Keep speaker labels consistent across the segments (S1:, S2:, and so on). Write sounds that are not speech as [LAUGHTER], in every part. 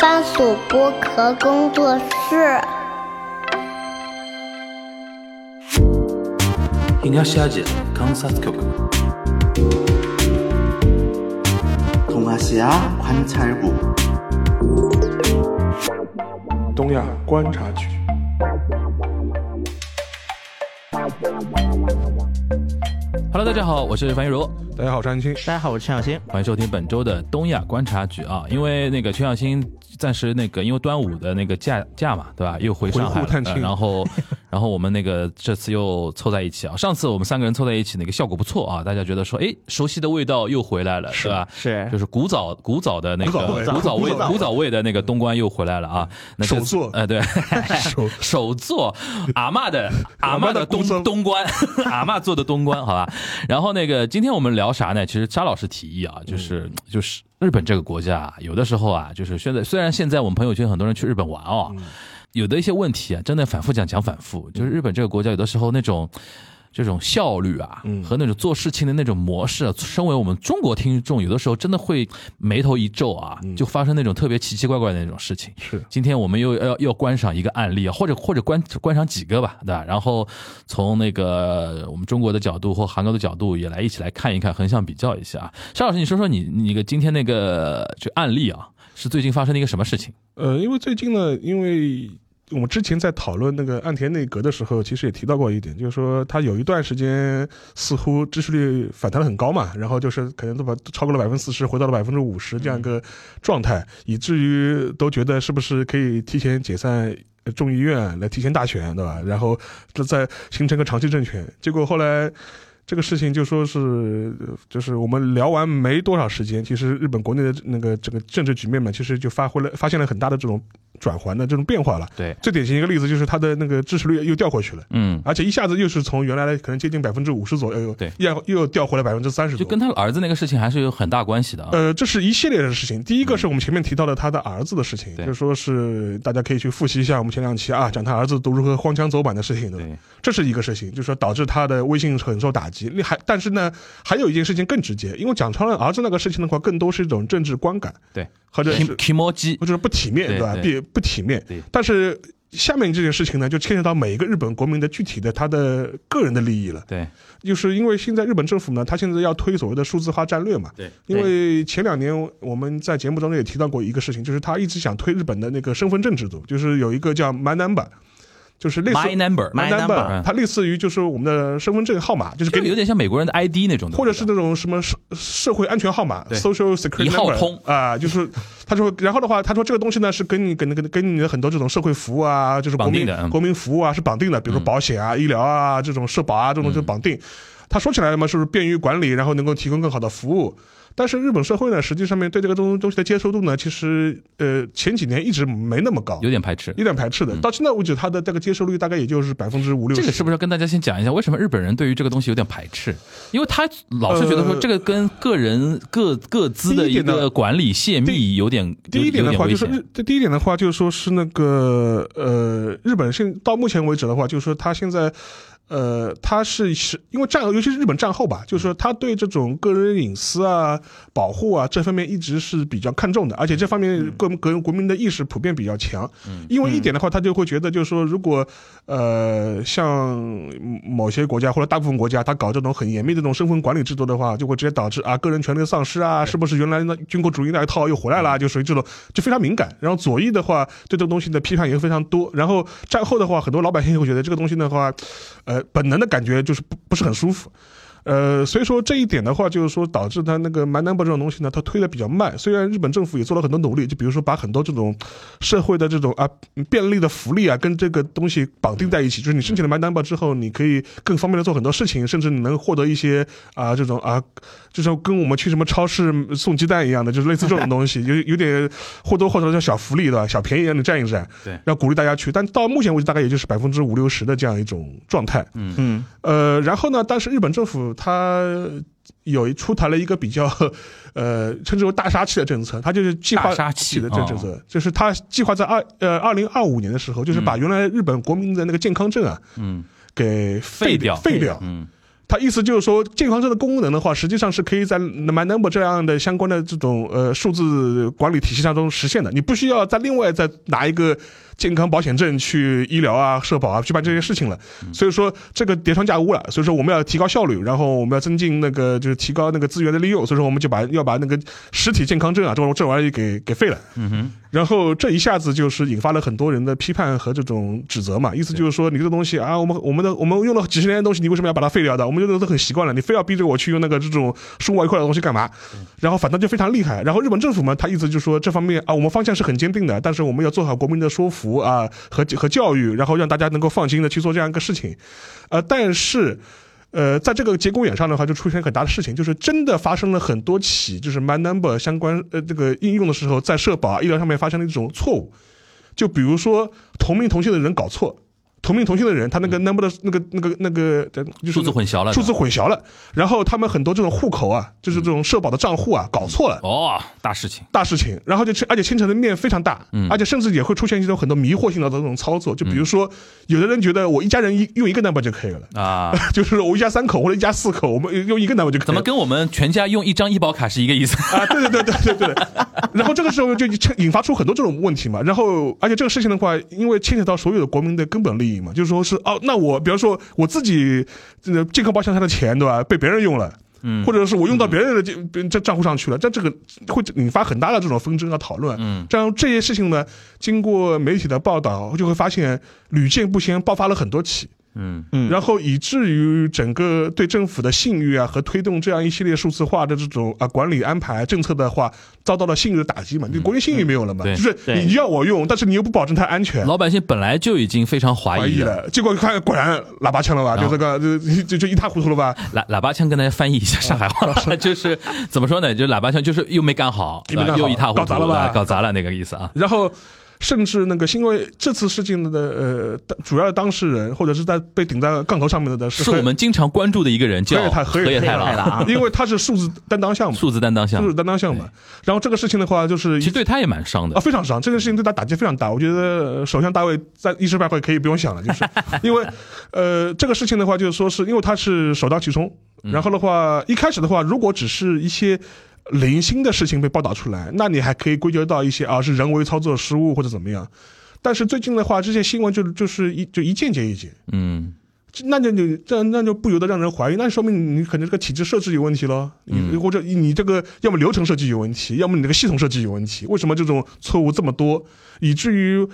S1: 番薯剥壳工作室。
S2: 東アジア観察局
S3: 동아시아관찰국
S4: 东亚观察局。
S5: Hello，大家好，我是樊玉茹，
S4: 大家好，张青。
S6: 大家好，我是陈小新。
S5: 欢迎收听本周的东亚观察局啊。因为那个全小新暂时那个，因为端午的那个假假嘛，对吧？又回上海
S4: 回
S5: 了
S4: 沪，探亲
S5: 呃然后 [LAUGHS] 然后我们那个这次又凑在一起啊。上次我们三个人凑在一起，那个效果不错啊，大家觉得说，哎，熟悉的味道又回来了，是吧？
S6: 是
S5: 就是古早古早的那个
S4: 古早
S5: 古
S4: 味
S5: 早味
S4: 古早
S5: 古早味的那个东关又回来了啊。那这次
S4: 首座
S5: 呃，
S4: [LAUGHS]
S5: 对，
S4: 手
S5: 手做阿嬷的 [LAUGHS] 阿嬷
S4: 嬷
S5: 的
S4: 的
S5: 东
S4: 公孙
S5: 东关， [LAUGHS] 阿嬷做的东关，好吧。然后那个今天我们聊啥呢？其实沙老师提议啊，就是就是日本这个国家啊，有的时候啊，就是现在虽然现在我们朋友圈很多人去日本玩哦，有的一些问题啊，真的反复讲讲反复，就是日本这个国家有的时候那种。这种效率啊，和那种做事情的那种模式、啊，身为我们中国听众，有的时候真的会眉头一皱啊，就发生那种特别奇奇怪怪的那种事情。
S4: 是
S5: 今天我们又要要观赏一个案例啊，或者或者观观赏几个吧，对吧？然后从那个我们中国的角度或韩国的角度也来一起来看一看，横向比较一下啊。沙老师，你说说你你那个今天那个这案例啊，是最近发生的一个什么事情？
S4: 呃，因为最近呢，因为我们之前在讨论那个岸田内阁的时候，其实也提到过一点，就是说他有一段时间似乎支持率反弹得很高嘛，然后就是可能都把超过
S6: 嗯
S4: 了百分之四十，回到了百分之五十这样一个状态，以至于都觉得是不是可以提前解散。呃众议院来提前大选，对吧？然后这再形成个长期政权。结果后来这个事情就说是，呃就是我们聊完没多少时间，其实日本国内的那个整个政治局面嘛，其实就发挥了发现了很大的这种转环的这种变化了。
S5: 对，
S4: 最典型一个例子就是它的那个支持率又掉回去了，
S5: 嗯，
S4: 而且一下子又是从原来的可能接近百分之五十左右，
S5: 对
S4: 又又掉回来百分之三十
S5: 就
S4: 多。
S5: 跟他儿子那个事情还是有很大关系的啊。
S4: 呃，这是一系列的事情。第一个是我们前面提到的他的儿子的事情，
S5: 对
S4: 就说是大家可以去复习一下我们前两期啊，讲他儿子都如何荒腔走板的事情，对吧？
S5: 对，
S4: 这是一个事情，就是说导致他的威信很受打击。另还但是呢，还有一件事情更直接，因为讲超人儿子那个事情的话，更多是一种政治观感，
S5: 对，
S4: 或
S5: [LAUGHS]
S4: 者是
S5: i m o j i
S4: 或者是不体面，
S5: 对
S4: 对吧？
S5: 对
S4: 不不体面
S5: 对。
S4: 但是下面这件事情呢，就牵扯到每一个日本国民的具体的他的个人的利益了。
S5: 对，
S4: 就是因为现在日本政府呢，他现在要推所谓的数字化战略嘛。
S5: 对
S4: 因为前两年我们在节目当中也提到过一个事情，就是他一直想推日本的那个身份证制度，就是有一个叫 My Number，就是类似
S5: My number，
S6: My
S4: number，
S5: number
S4: 它类似于就是我们的身份证号码，就是给
S5: 就有
S4: 你，
S5: 点像美国人的 ID 那种的，
S4: 或者是那种什么社社会安全号码
S5: 对
S4: ，social security
S5: 一号
S4: number，
S5: 通
S4: 啊、就是他说，然后的话，他说这个东西呢是跟你跟跟跟你的很多这种社会服务啊，就是国
S5: 绑定
S4: 民
S5: 的嗯
S4: 国民服务啊是绑定的，比如说保险啊、医疗啊这种社保啊这
S5: 嗯
S4: 种就绑定。他说起来嘛，是不是便于管理，然后能够提供更好的服务？但是日本社会呢，实际上面对这个东东西的接受度呢，其实呃前几年一直没那么高，
S5: 有点排斥。
S4: 有点排斥的。到现在为止，它的这个接受率大概也就是百分之五六十。
S5: 这个是不是要跟大家先讲一下，为什么日本人对于这个东西有点排斥？因为他老是觉得说
S4: 呃
S5: 这个跟个人各各自的
S4: 第一
S5: 一
S4: 点呢
S5: 个管理泄密有点
S4: 第一点的话，就是
S5: 有有点危
S4: 日
S5: 险
S4: 这第一点的话，就是说是那个呃，日本现到目前为止的话，就是说他现在。呃，他是是因为战后，尤其是日本战后吧，就是
S5: 嗯
S4: 说他对这种个人隐私啊、保护啊这方面一直是比较看重的，而且这方面各
S5: 嗯
S4: 个人国民的意识普遍比较强。因为一点的话，他就会觉得就是说，如果呃像某些国家或者大部分国家，他搞这种很严密的这种身份管理制度的话，就会直接导致啊个人权利的丧失啊，是不是原来那军国主义那一套又回来了啊？就属于这种就非常敏感。然后左翼的话，对这个东西的批判也非常多。然后战后的话，很多老百姓也会觉得这个东西的话，呃，本能的感觉就是不不是很舒服。呃，所以说这一点的话，就是说导致它那个 My Number 这种东西呢，它推的比较慢。虽然日本政府也做了很多努力，就比如说把很多这种社会的这种啊便利的福利啊，跟这个东西绑定在一起，就是你申请了 My Number 之后，你可以更方便的做很多事情，甚至你能获得一些啊这种啊，就是跟我们去什么超市送鸡蛋一样的，就是类似这种东西， [LAUGHS] 有有点或多或少的小福利的小便宜让你占一占，
S5: 对，
S4: 要鼓励大家去。但到目前为止，大概也就是百分之五六十的这样一种状态。
S6: 嗯，
S4: 呃，然后呢，但是日本政府它有一出台了一个比较，呃，称之为大杀器的政策，它就是计划
S5: 大杀器哦
S4: 的这政策，就是它计划在二呃二零二五年的时候，就是把原来日本国民的那个健康证啊，
S5: 嗯，
S4: 给
S5: 废
S4: 废
S5: 掉
S4: 废掉。
S5: 嗯，
S4: 他意思就是说，健康证的功能的话，实际上是可以在 MyNumber 这样的相关的这种呃数字管理体系当中实现的。你不需要再另外再拿一个健康保险证去医疗啊、社保啊去办这些事情了。所以说这个叠床架屋了。啊所以说我们要提高效率，然后我们要增进那个就是提高那个资源的利用。所以说我们就把要把那个实体健康证啊这种这玩意儿给给废了。嗯哼。然后这一下子就是引发了很多人的批判和这种指责嘛，意思就是说你这个东西啊，我们我们的我们用了几十年的东西，你为什么要把它废掉的？我们用的都很习惯了，你非要逼着我去用那个这种数外块的东西干嘛？然后反倒就非常厉害。然后日本政府嘛，他意思就是说这方面啊，我们方向是很坚定的，但是我们要做好国民的说服啊和和教育，然后让大家能够放心的去做这样一个事情。呃，但是。呃，在这个节骨眼上的话，就出现很大的事情，就是真的发生了很多起，就是 My Number 相关呃这个应用的时候，在社保、啊、医疗上面发生了一种错误，就比如说同名同姓的人搞错，同名同姓的人他那个 number 的那个那个那个呃就
S5: 嗯
S4: 是
S5: 数字混淆了
S4: 数字混淆了，然后他们很多这种户口啊，就是这种社保的账户啊，搞错了。
S5: 哦，大事情，
S4: 大事情，然后就牵，而且牵扯的面非常大，
S5: 嗯
S4: 而且甚至也会出现一种很多迷惑性的这种操作，就比如说，有的人觉得我一家人一用一个 number 就可以了， [LAUGHS]
S5: 啊， [LAUGHS]
S4: 就是我一家三口或者一家四口，我们用一个 number 就可以了。
S5: 怎么跟我们全家用一张医保卡是一个意
S4: [LAUGHS]
S5: 思？
S4: 啊，对对对对对对。然后这个时候就引发出很多这种问题嘛。然后，而且这个事情的话，因为牵扯到所有的国民的根本利益嘛，就是说是哦，那我比方说我自己呃健康保险上的钱对吧，被别人用了。嗯，或者是我用到别人的这这账户上去了，但这个会引发很大的这种纷争和讨论。嗯，这样这些事情呢，经过媒体的报道，就会发现屡见不鲜，爆发了很多起。然后以至于整个对政府的信誉啊和推动这样一系列数字化的这种啊管理安排政策的话，遭到了信誉的打击嘛，就国民信誉没有了嘛，
S5: 对
S4: 就是你要我用，但是你又不保证它安全。
S5: 老百姓本来就已经非常怀
S4: 怀
S5: 疑
S4: 疑
S5: 了。
S4: 了，结果看果然喇叭枪了吧，就这个就就就一塌糊涂了吧，
S5: 喇喇叭腔跟大家翻译一下上海话， [LAUGHS] 就是怎么说呢？就是喇叭腔就是又没干好，
S4: 哦
S5: 啊
S4: 又没干好
S5: 又一塌糊涂，
S4: 搞砸了吧
S5: 搞砸了那个意思啊。
S4: 然后。甚至那个，因为这次事情的呃，当主要的当事人或者是在被顶在杠头上面的是
S5: 是我们经常关注的一个人，
S4: 河
S5: 叫
S4: 野太河
S5: 野太
S4: 郎
S5: 郎，
S4: 因为他是数字担当项
S5: [LAUGHS]
S4: 目，
S5: 数字担当项
S4: 数字，担当项目。然后这个事情的话，就是
S5: 其实对他也蛮伤
S4: 啊，
S5: 的。
S4: 非常伤，这件事情对他打击非常大。我觉得呃首相大卫在一时半会可以不用想了，就是
S5: [LAUGHS]
S4: 因为，呃，这个事情的话，就是说是因为他是首当其冲，
S5: 嗯
S4: 然后的话，一开始的话，如果只是一些。零星的事情被报道出来，那你还可以归结到一些啊是人为操作失误或者怎么样，但是最近的话，这些新闻就就是一就一件接一件，
S5: 嗯，
S4: 那就你这那就不由得让人怀疑，那说明你可能这个体制设置有问题咯，你或者你这个要么流程设计有问题，要么你这个系统设计有问题。为什么这种错误这么多，以至于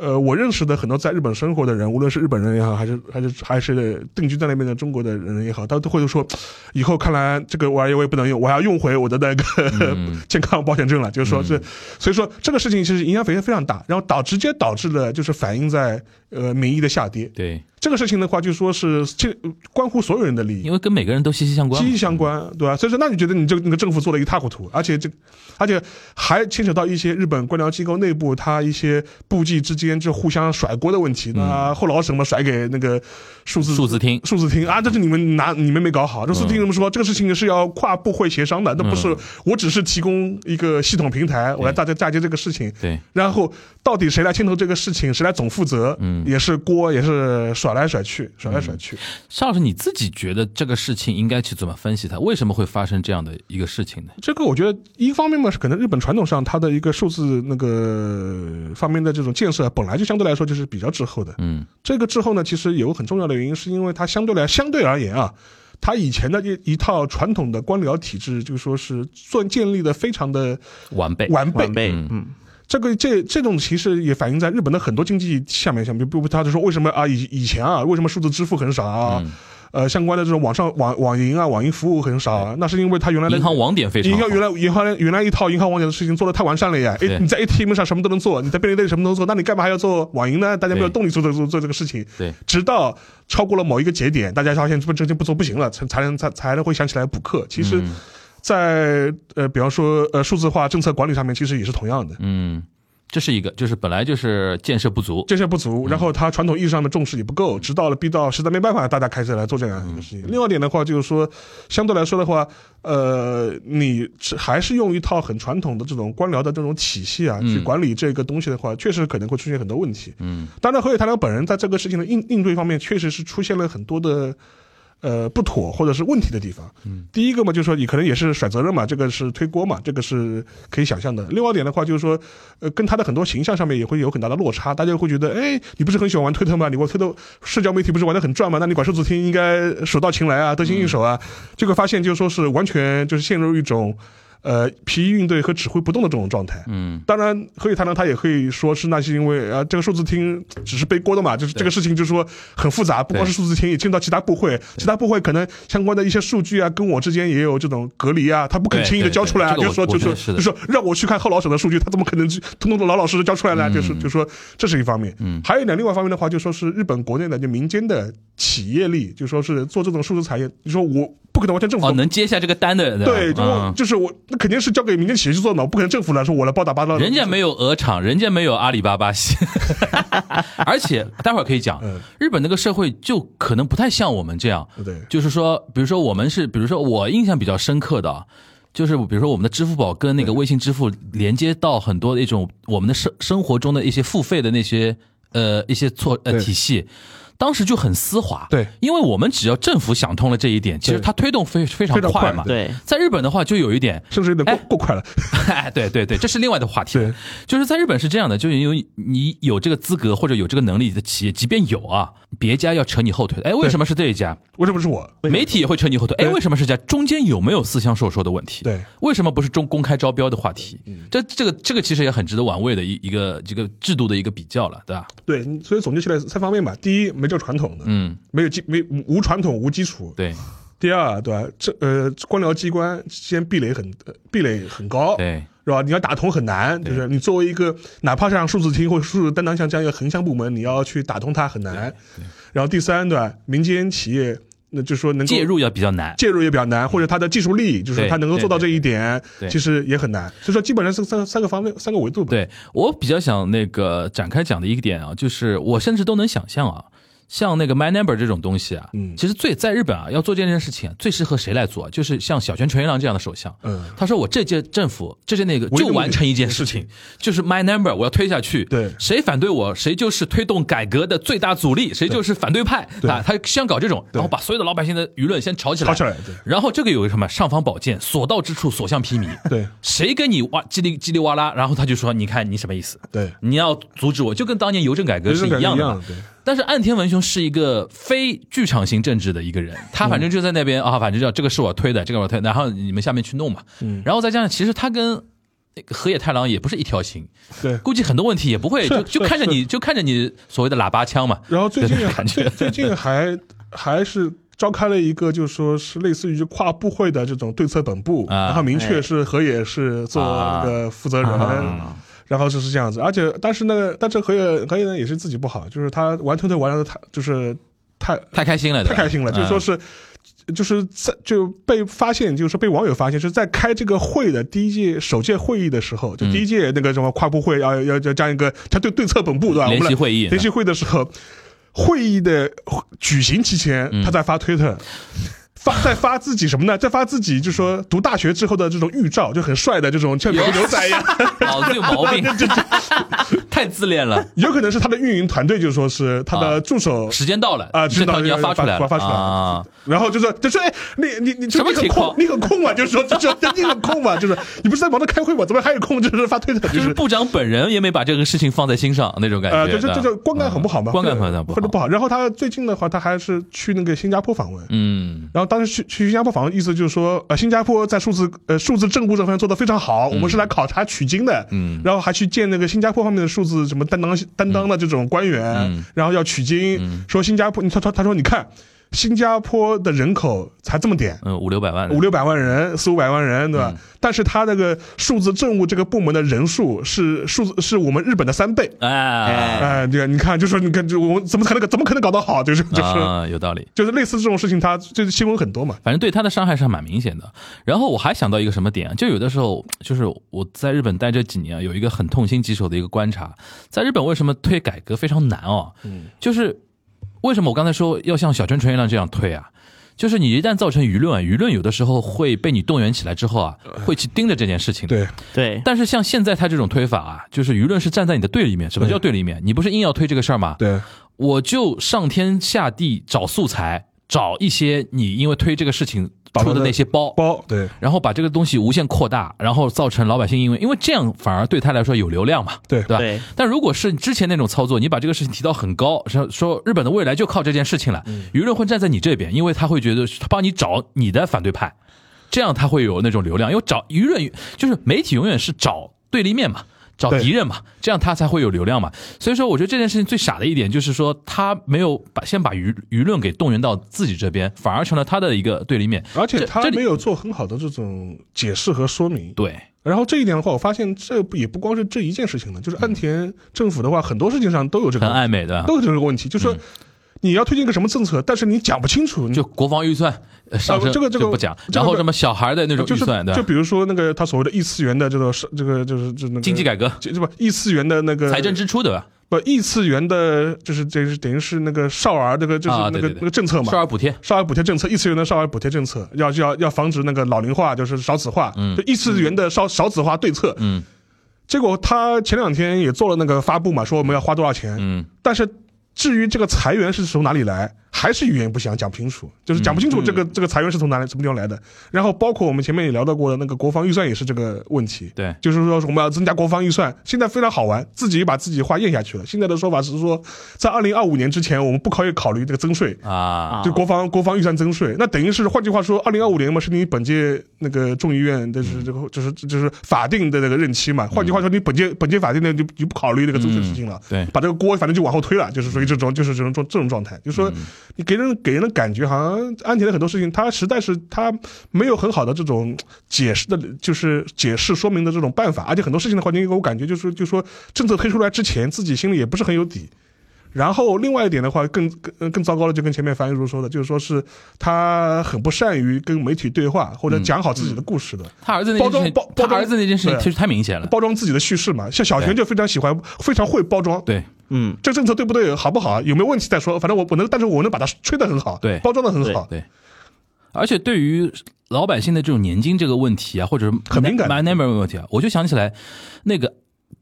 S4: 呃，我认识的很多在日本生活的人，无论是日本人也好，还是还是还是定居在那边的中国的人也好，他都会说，以后看来这个玩意儿我也不能用，我还要用回我的那个、 [LAUGHS] 健康保险证了，就是说是，所以说这个事情其实影响非常非常大，然后导直接导致了就是反映在呃民意的下跌。
S5: 对，
S4: 这个事情的话，就说是这关乎所有人的利益
S5: 因。为跟每个人都息息相关嘛。
S4: 息息相关，对吧？所以说，那你觉得你这个那个政府做的一塌糊涂，啊而且这，而且还牵扯到一些日本官僚机构内部，它一些部际之间就互相甩锅的问题。那后老什么甩给那个数字
S5: 嗯数字厅嗯
S4: 数字厅啊，这是你们拿你们没搞好。这数字厅怎么说？这个事情是要跨部会协商的，那不是我只是提供一个系统平台，我来大家嫁接这个事情。
S5: 对，
S4: 然后到底谁来牵头这个事情，谁来总负责，嗯，也是锅，也是甩来甩去，甩来甩去。
S5: 邵老师，你自己觉得这个事情应该去怎么分析它？为什么会发生这样的一个事情呢？
S4: 这个我觉得一方面嘛，是可能日本传统上它的一个数字那个方面的这种建设，啊本来就相对来说就是比较滞后的。
S5: 嗯，
S4: 这个滞后呢，其实有个很重要的原因，是因为它相对来相对而言啊，它以前的一一套传统的官僚体制，就说是算建立的非常的
S5: 完备，
S4: 完备
S3: 晚。辈，嗯，
S4: 这个这这种其实也反映在日本的很多经济下面，像比如他就说为什么啊以以前啊为什么数字支付很少啊，
S5: 嗯
S4: 呃相关的这种网上网网银啊网银服务很少啊，那是因为他原来的
S5: 银行网点非常
S4: 银
S5: 好
S4: 行。原来银行原来一套银行网点的事情做的太完善了呀
S5: 对
S4: ，A 你在 ATM 上什么都能做，你在便利店里什么都能做，那你干嘛还要做网银呢？大家没有
S5: 对
S4: 动力做这做做这个事情，
S5: 对，
S4: 直到超过了某一个节点，大家发现这不这就不做不行了，才才能才才能会想起来补课。其实，
S5: 嗯
S4: 在呃比方说呃数字化政策管理上面，其实也是同样的。
S5: 嗯，这是一个，就是本来就是建设不足。
S4: 建设不足，然后他传统意义上的重视也不够，直到了逼到实在没办法，大家开始来做这样一个事情。另外一点的话，就是说，相对来说的话，呃，你只还是用一套很传统的这种官僚的这种体系啊，去管理这个东西的话，确实可能会出现很多问题。嗯，当然，河野太郎本人在这个事情的应应对方面，确实是出现了很多的。呃不妥或者是问题的地方。第一个嘛，就是说你可能也是甩责任嘛，这个是推锅嘛，这个是可以想象的。另外一点的话，就是说，呃，跟他的很多形象上面也会有很大的落差，大家会觉得，哎，你不是很喜欢玩推特吗？你玩推特社交媒体不是玩的很赚吗？那你管数字厅应该手到擒来啊，得心应手啊。这个发现就说是完全就是陷入一种。呃，疲于应对和指挥不动的这种状态，嗯，当然，何以谈呢？他也可以说是那是因为啊、这个数字厅只是背锅的嘛，就是这个事情就是说很复杂，不光是数字厅，也进入到其他部会，其他部会可能相关的一些数据啊，跟我之间也有这种隔离啊，他不肯
S5: 对
S4: 轻易的
S5: 对
S4: 交出来啊，
S5: 对这
S4: 就
S5: 个
S4: 是说
S5: 我
S4: 就
S5: 我觉
S4: 说
S5: 得是的
S4: 就说让我去看后老手的数据，他怎么可能去通通的老老实实交出来
S5: 嗯
S4: 呢？就是就说这是一方面，嗯，还有一点，另外一方面的话，就说是日本国内的就民间的企业力，就说是做这种数字产业，你说我不可能完全政府
S5: 哦，
S4: 的
S5: 能接下这个单的人，
S4: 对，就我
S5: 嗯
S4: 就是我，那肯定是交给民间企业去做的嘛，我不可能政府来说我来包打包打。
S5: 人家没有鹅厂，人家没有阿里巴巴
S4: [LAUGHS]
S5: 系，而且待会儿可以讲
S4: 嗯，
S5: 日本那个社会就可能不太像我们这样，
S4: 对
S5: 就是说，比如说我们是，比如说我印象比较深刻的啊。就是比如说我们的支付宝跟那个微信支付连接到很多的一种我们的生生活中的一些付费的那些呃一些措呃
S4: 对
S5: 体系，当时就很丝滑。
S4: 对
S5: 因为我们只要政府想通了这一点，其实
S4: 对
S5: 它推动非非常
S4: 非常
S5: 快
S4: 快
S5: 嘛。
S6: 对，
S5: 在日本的话就有一点，
S4: 甚至有点
S5: 哎
S4: 过过快了。 [LAUGHS]
S5: 哎， [LAUGHS] 对对对，这是另外的话题了
S4: 对。
S5: 就是在日本是这样的，就是有你有这个资格或者有这个能力的企业，即便有啊，别家要扯你后腿的。哎，为什么是这一家？
S4: 为什么是我？
S5: 媒体也会扯你后腿。哎，
S4: 对
S5: 为什么是这家？中间有没有私相授受的问题？
S4: 对，嗯
S5: 为什么不是中公开招标的话题？这这个这个其实也很值得玩味的一一个这个制度的一个比较了，对吧？
S4: 对，所以总结起来三方面吧。第一，没这个传统的，
S5: 嗯，
S4: 没有基没无传统无基础。
S5: 对
S4: 第二，对吧？这呃，官僚机关之间壁垒很呃壁垒很高，
S5: 对
S4: 是吧？你要打通很难，就是你作为一个哪怕像数字厅或者数字担当像这样一个横向部门，你要去打通它很难。然后第三，对吧？民间企业，那就是说能够
S5: 介入要比较难。
S4: 介入也比较难，或者他的技术力，就是
S5: 对
S4: 他能够做到这一点
S5: 对对，
S4: 其实也很难。所以说，基本上是三三个方面、三个维度吧。，
S5: 对我比较想那个展开讲的一个点啊，就是我甚至都能想象啊，像那个 My Number 这种东西啊，
S4: 嗯
S5: 其实最在日本啊，要做这件事情啊、最适合谁来做啊？就是像小泉纯一郎这样的首相，
S4: 嗯
S5: 他说我这届政府这届那个
S4: 我
S5: 就
S4: 有
S5: 完成一件事
S4: 事 [LAUGHS]
S5: 情，就是 My Number 我要推下去，
S4: 对
S5: 谁反对我，谁就是推动改革的最大阻力，谁就是反对派
S4: 对
S5: 啊，他先搞这种，然后把所有的老百姓的舆论先吵起来，
S4: 吵起来对
S5: 然后这个有什么尚方宝剑，所到之处所向披靡，
S4: 对
S5: 谁跟你哇叽里叽里哇啦，然后他就说：“你看你什么意思？
S4: 对
S5: 你要阻止我，就跟当年邮政改革是
S4: 邮政改革
S5: 样的
S4: 一
S5: 嘛。
S4: 样对
S5: 但是岸田文雄是一个非剧场型政治的一个人，他反正就在那边啊，反正叫这个是我推的，这个我推的，然后你们下面去弄嘛。
S4: 嗯
S5: 然后再加上，其实他跟那个河野太郎也不是一条心， [LAUGHS]
S4: 对。
S5: 估计很多问题也不会
S4: 是
S5: 就是就看着
S4: 是 [LAUGHS]
S5: 你就看着你所谓的喇叭腔嘛。
S4: 然后最近
S5: 对
S4: 还
S5: [LAUGHS] 感觉
S4: 最最近还还是召开了一个，就是说是类似于跨部会的这种对策本部，
S5: 啊
S4: 然后明确是河野是做那个负责人。
S5: 啊
S4: 然后就是这样子，而且但是那个，但是河野河野呢也是自己不好，就是他玩推特玩的太就是太
S5: 太开心了，对
S4: 太
S5: 吧
S4: 开心了，就说
S5: 嗯
S4: 是。就是在就被发现，就是被网友发现是在开这个会的第一届首届会议的时候，就
S5: 嗯
S4: 第一届那个什么跨部会要要要这样一个，他对对策本部对吧？我
S5: 联
S4: 们
S5: 席
S4: 来
S5: 会议
S4: [LAUGHS] 联席会的时候，会议的举行期间，
S5: 嗯
S4: 他在发推特，发在发自己什么呢？在发自己就说读大学之后的这种预兆，就很帅的这种像牛牛仔一样，
S5: 脑子有哦毛
S4: [LAUGHS]
S5: 病， [LAUGHS] 太自恋了。
S4: 有可能是他的运营团队就说是他
S5: 啊
S4: 的助手
S5: 时间到了
S4: 啊
S5: 这
S4: 知道
S5: 条你要
S4: 要
S5: 发出来了
S4: 发发出来了
S5: 啊。
S4: 然后就说就说哎，你你你
S5: 什么
S4: 你很
S5: 情况
S4: 空，你很空嘛，就是说就说你很空嘛，就是你不是在忙着开会吗？怎么还有空？就是发推特，就
S5: 就是
S4: 是。
S5: 部长本人也没把这个事情放在心上那种感觉。
S4: 呃，对，这这
S5: 对
S4: 就观感很不好嘛，
S5: 嗯观感
S4: 或
S5: 很
S4: 者
S5: 不好
S4: 或者不好。然后他最近的话，他还是去那个新加坡访问，
S5: 嗯，
S4: 然后当时去去新加坡访问，意思就是说，呃，新加坡在数字呃数字政务这方面做得非常好，
S5: 嗯
S4: 我们是来考察取经的，嗯，然后还去见那个新加坡方面的数字什么担当担当的这种官员，
S5: 嗯
S4: 然后要取经，说新加坡，他他他说你看，新加坡的人口才这么点，
S5: 嗯，五六百万，
S4: 五六百万人、四五百万人，
S5: 嗯
S4: 对吧？但是他那个数字政务这个部门的人数是数字是我们日本的三倍。
S5: 哎，
S4: 哎、对，你看，就说你看，就我们怎么可能怎么可能搞得好？就是就是、
S5: 啊，有道理。
S4: 就是类似这种事情，他就是新闻很多嘛。
S5: 反正对他的伤害是蛮明显的。然后我还想到一个什么点啊，就有的时候就是我在日本待这几年啊，有一个很痛心疾首的一个观察，在日本为什么推改革非常难哦？嗯，就是为什么我刚才说要像小泉纯一郎这样推啊？就是你一旦造成舆论啊，舆论有的时候会被你动员起来之后啊，会去盯着这件事情的。
S4: 呃对，
S6: 对，
S5: 但是像现在他这种推法啊，就是舆论是站在你的对立面。什么叫对立面？你不是硬要推这个事儿吗？
S4: 对，
S5: 我就上天下地找素材，找一些你因为推这个事情出的那些包，
S4: 包对，
S5: 然后把这个东西无限扩大，然后造成老百姓因为因为这样反而对他来说有流量嘛，
S4: 对
S5: 对吧？
S6: 对
S5: 但如果是之前那种操作，你把这个事情提到很高，说说日本的未来就靠这件事情了，
S4: 嗯
S5: 舆论会站在你这边，因为他会觉得他帮你找你的反对派，这样他会有那种流量，因为找舆论就是媒体永远是找对立面嘛。找
S4: 对
S5: 敌人嘛，这样他才会有流量嘛。所以说，我觉得这件事情最傻的一点就是说，他没有把先把舆舆论给动员到自己这边，反而成了他的一个对立面。
S4: 而且
S5: 这
S4: 他
S5: 这里
S4: 没有做很好的这种解释和说明。
S5: 对，
S4: 然后这一点的话，我发现这也不光是这一件事情呢，就是岸田政府的话，很多事情上都有这
S5: 嗯很
S4: 个
S5: 暧昧啊嗯的，
S4: 都有这个问题，就是说你要推荐一个什么政策，但是你讲不清楚，你
S5: 就国防预算呃上升
S4: 这个这个
S5: 就不讲，
S4: 这个
S5: 然后什么小孩的那种
S4: 就
S5: 预
S4: 是
S5: 算对
S4: 就
S5: 吧？
S4: 比如说那个他所谓的异次元的这个是这个就是就是那个
S5: 经济改革、
S4: 这不异次元的那个
S5: 财政支出对吧？
S4: 不异次元的，就是这是等于是那个少儿那个就是
S5: 啊
S4: 那
S5: 对
S4: 个
S5: 对对
S4: 那个政策嘛
S5: 少，儿补贴，
S4: 少儿补贴政策，异次元的少儿补贴政策，要要要防止那个老龄化，就是少子化，
S5: 嗯
S4: 就异次元的少少子化对策。
S5: 嗯
S4: 结果他前两天也做了那个发布嘛，说我们要花多少钱，
S5: 嗯，
S4: 但是至于这个裁员是从哪里来，还是语言不详，讲不清楚，就是讲不清楚这个、这个裁员是从哪里什么地方来的。然后包括我们前面也聊到过的那个国防预算也是这个问题，
S5: 对
S4: 就是说我们要增加国防预算，现在非常好玩，自己把自己话咽下去了。现在的说法是说，在二零二五年之前，我们不考虑考虑这个增税。
S5: 啊，
S4: 就国防国防预算增税，那等于是换句话说，二零二五年嘛是你本届那个众议院的是这个就是就是法定的那个任期嘛。换句话说，你本届本届法定的就就不考虑那个增税事情了，
S5: 对
S4: 把这个锅反正就往后推了，就是属于这种就是这种这种状态。就说你给人给人的感觉，好像安田的很多事情，他实在是他没有很好的这种解释的，就是解释说明的这种办法，而且很多事情的话，你给我感觉就是就说政策推出来之前，自己心里也不是很有底。然后另外一点的话，更更更糟糕的，就跟前面樊玉茹说的，就是说是他很不善于跟媒体对话，或者讲好自己的故事的，
S5: 他儿子那件事情
S4: 包装包，包
S5: 他
S4: 装
S5: 儿子那件事情
S4: 对
S5: 其实太明显了，
S4: 包装自己的叙事嘛。像小泉就非常喜欢，非常会包装。
S5: 对
S6: 嗯，
S4: 这政策对不对，好不好，有没有问题再说。反正我我能，但是我能把它吹得很好，
S5: 对
S4: 包装的很好，
S5: 对，而且对于老百姓的这种年金这个问题啊，或者
S4: 很敏感
S5: my number 问题啊，我就想起来那个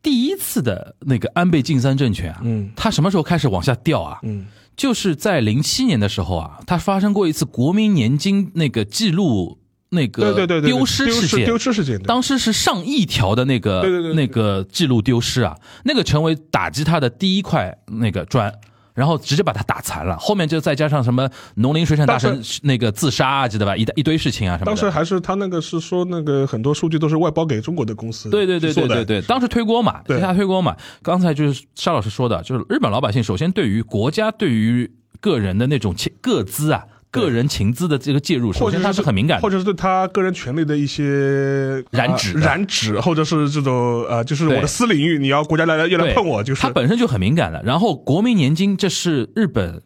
S5: 第一次的那个安倍晋三政权啊，
S4: 嗯
S5: 他什么时候开始往下掉啊？
S4: 嗯，
S5: 就是在零七年的时候啊，它发生过一次国民年金那个记录那
S4: 对
S5: 个
S4: 对对对，
S5: 丢失事件，
S4: 丢失事件，对
S5: 当时是上亿条的那个
S4: 对对对对
S5: 那个记录丢失啊，那个成为打击他的第一块那个砖。然后直接把他打残了，后面就再加上什么农林水产大臣
S4: 当
S5: 那个自杀啊，记得吧？一大一堆事情啊什么的。
S4: 当时还是他那个是说那个很多数据都是外包给中国的公司
S5: 对对对
S4: 去做
S5: 对
S4: 的
S5: 对对，当时推锅嘛，
S4: 对
S5: 向下推锅嘛。刚才就是沙老师说的，就是日本老百姓首先对于国家对于个人的那种情个资啊、个人情资的这个介入，首
S4: 或
S5: 先
S4: 者
S5: 他是很敏感
S4: 或
S5: 的。
S4: 者是对他个人权利的一些
S5: 染
S4: 呃
S5: 指
S4: 染指，或者是这种呃，就是
S5: 对
S4: 我的私领域，你要国家来来要来
S5: 对，
S4: 碰我，就是
S5: 他本身就很敏感的。然后国民年金，这是日本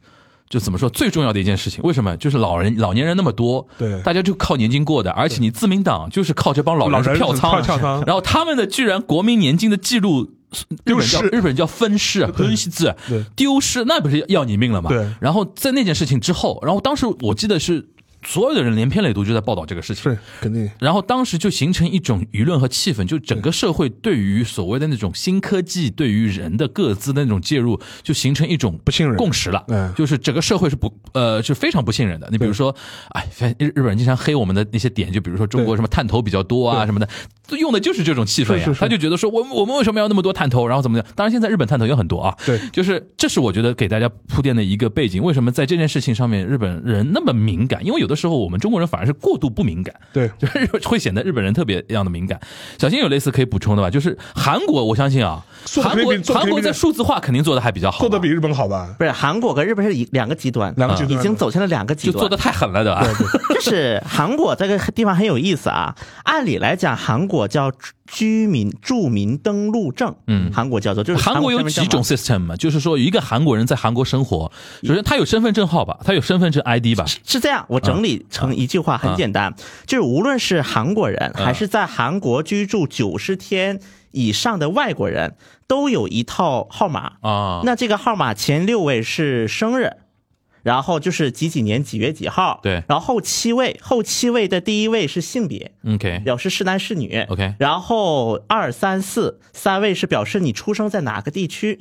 S5: 就怎么说最重要的一件事情？为什么？就是老人老年人那么多，
S4: 对
S5: 大家就靠年金过的，而且你自民党就是靠这帮老人
S4: 老人
S5: 票仓啊，
S4: 是跳票仓
S5: 然后他们的居然国民年金的记录。日
S4: 丢
S5: 本叫
S4: 失
S5: 日本叫分尸，啊分尸字
S4: 对
S5: 丢失，那不是要你命了吗？
S4: 对
S5: 然后在那件事情之后，然后当时我记得是所有的人连篇累牍就在报道这个事情，
S4: 是肯定
S5: 然后当时就形成一种舆论和气氛，就整个社会对于所谓的那种新科技对于人的各自的那种介入，就形成一种
S4: 不信任
S5: 共识了。
S4: 嗯
S5: 就是整个社会是不呃是非常不信任的。你比如说，哎，反日日本人经常黑我们的那些点，就比如说中国
S4: 对
S5: 什么探头比较多啊什么的，用的就是这种气氛呀。
S4: 嗯是是是
S5: 他就觉得说我我们为什么要那么多探头，然后怎么样？当然现在日本探头也很多啊。
S4: 对
S5: 就是这是我觉得给大家铺垫的一个背景。为什么在这件事情上面日本人那么敏感？因为有的时候我们中国人反而是过度不敏感。
S4: 对
S5: 就是日本 [LAUGHS] 会显得日本人特别一样的敏感。小新有类似可以补充的吧？就是韩国，我相信啊，
S4: 做得
S5: 韩
S4: 肯定
S5: 国
S4: 比做得
S5: 韩国
S4: 肯定比
S5: 在数字化肯定做的还比较好吧，
S4: 做的比日本好吧？
S6: 不是韩国跟日本是一两个极端，
S4: 两个极端
S6: 已经走向了两个极
S5: 就
S6: 端，
S5: [LAUGHS]
S6: [LAUGHS]
S5: 做的太狠了，对吧？
S6: 就是韩国这个地方很有意思啊。按理来讲，韩国叫居民住民登录证，
S5: 嗯
S6: 韩国叫做就是
S5: 韩国有
S6: 身份证
S5: 几
S6: 嘛
S5: 种 system 嘛？就是说，一个韩国人在韩国生活，首先他有身份证号吧，他有身份证 ID 吧，
S6: 是这样，我整
S4: 嗯
S6: 理成一句话，很简单，就是无论是韩国人
S4: 嗯
S6: 还是在韩国居住九十天以上的外国人，都有一套号码。
S5: 啊，
S6: 那这个号码前六位是生日，然后就是几几年几月几号，
S5: 对
S6: 然后后七位，后七位的第一位是性别，
S5: OK
S6: 表示是男是女
S5: 哎 OK
S6: 然后二三四三位是表示你出生在哪个地区，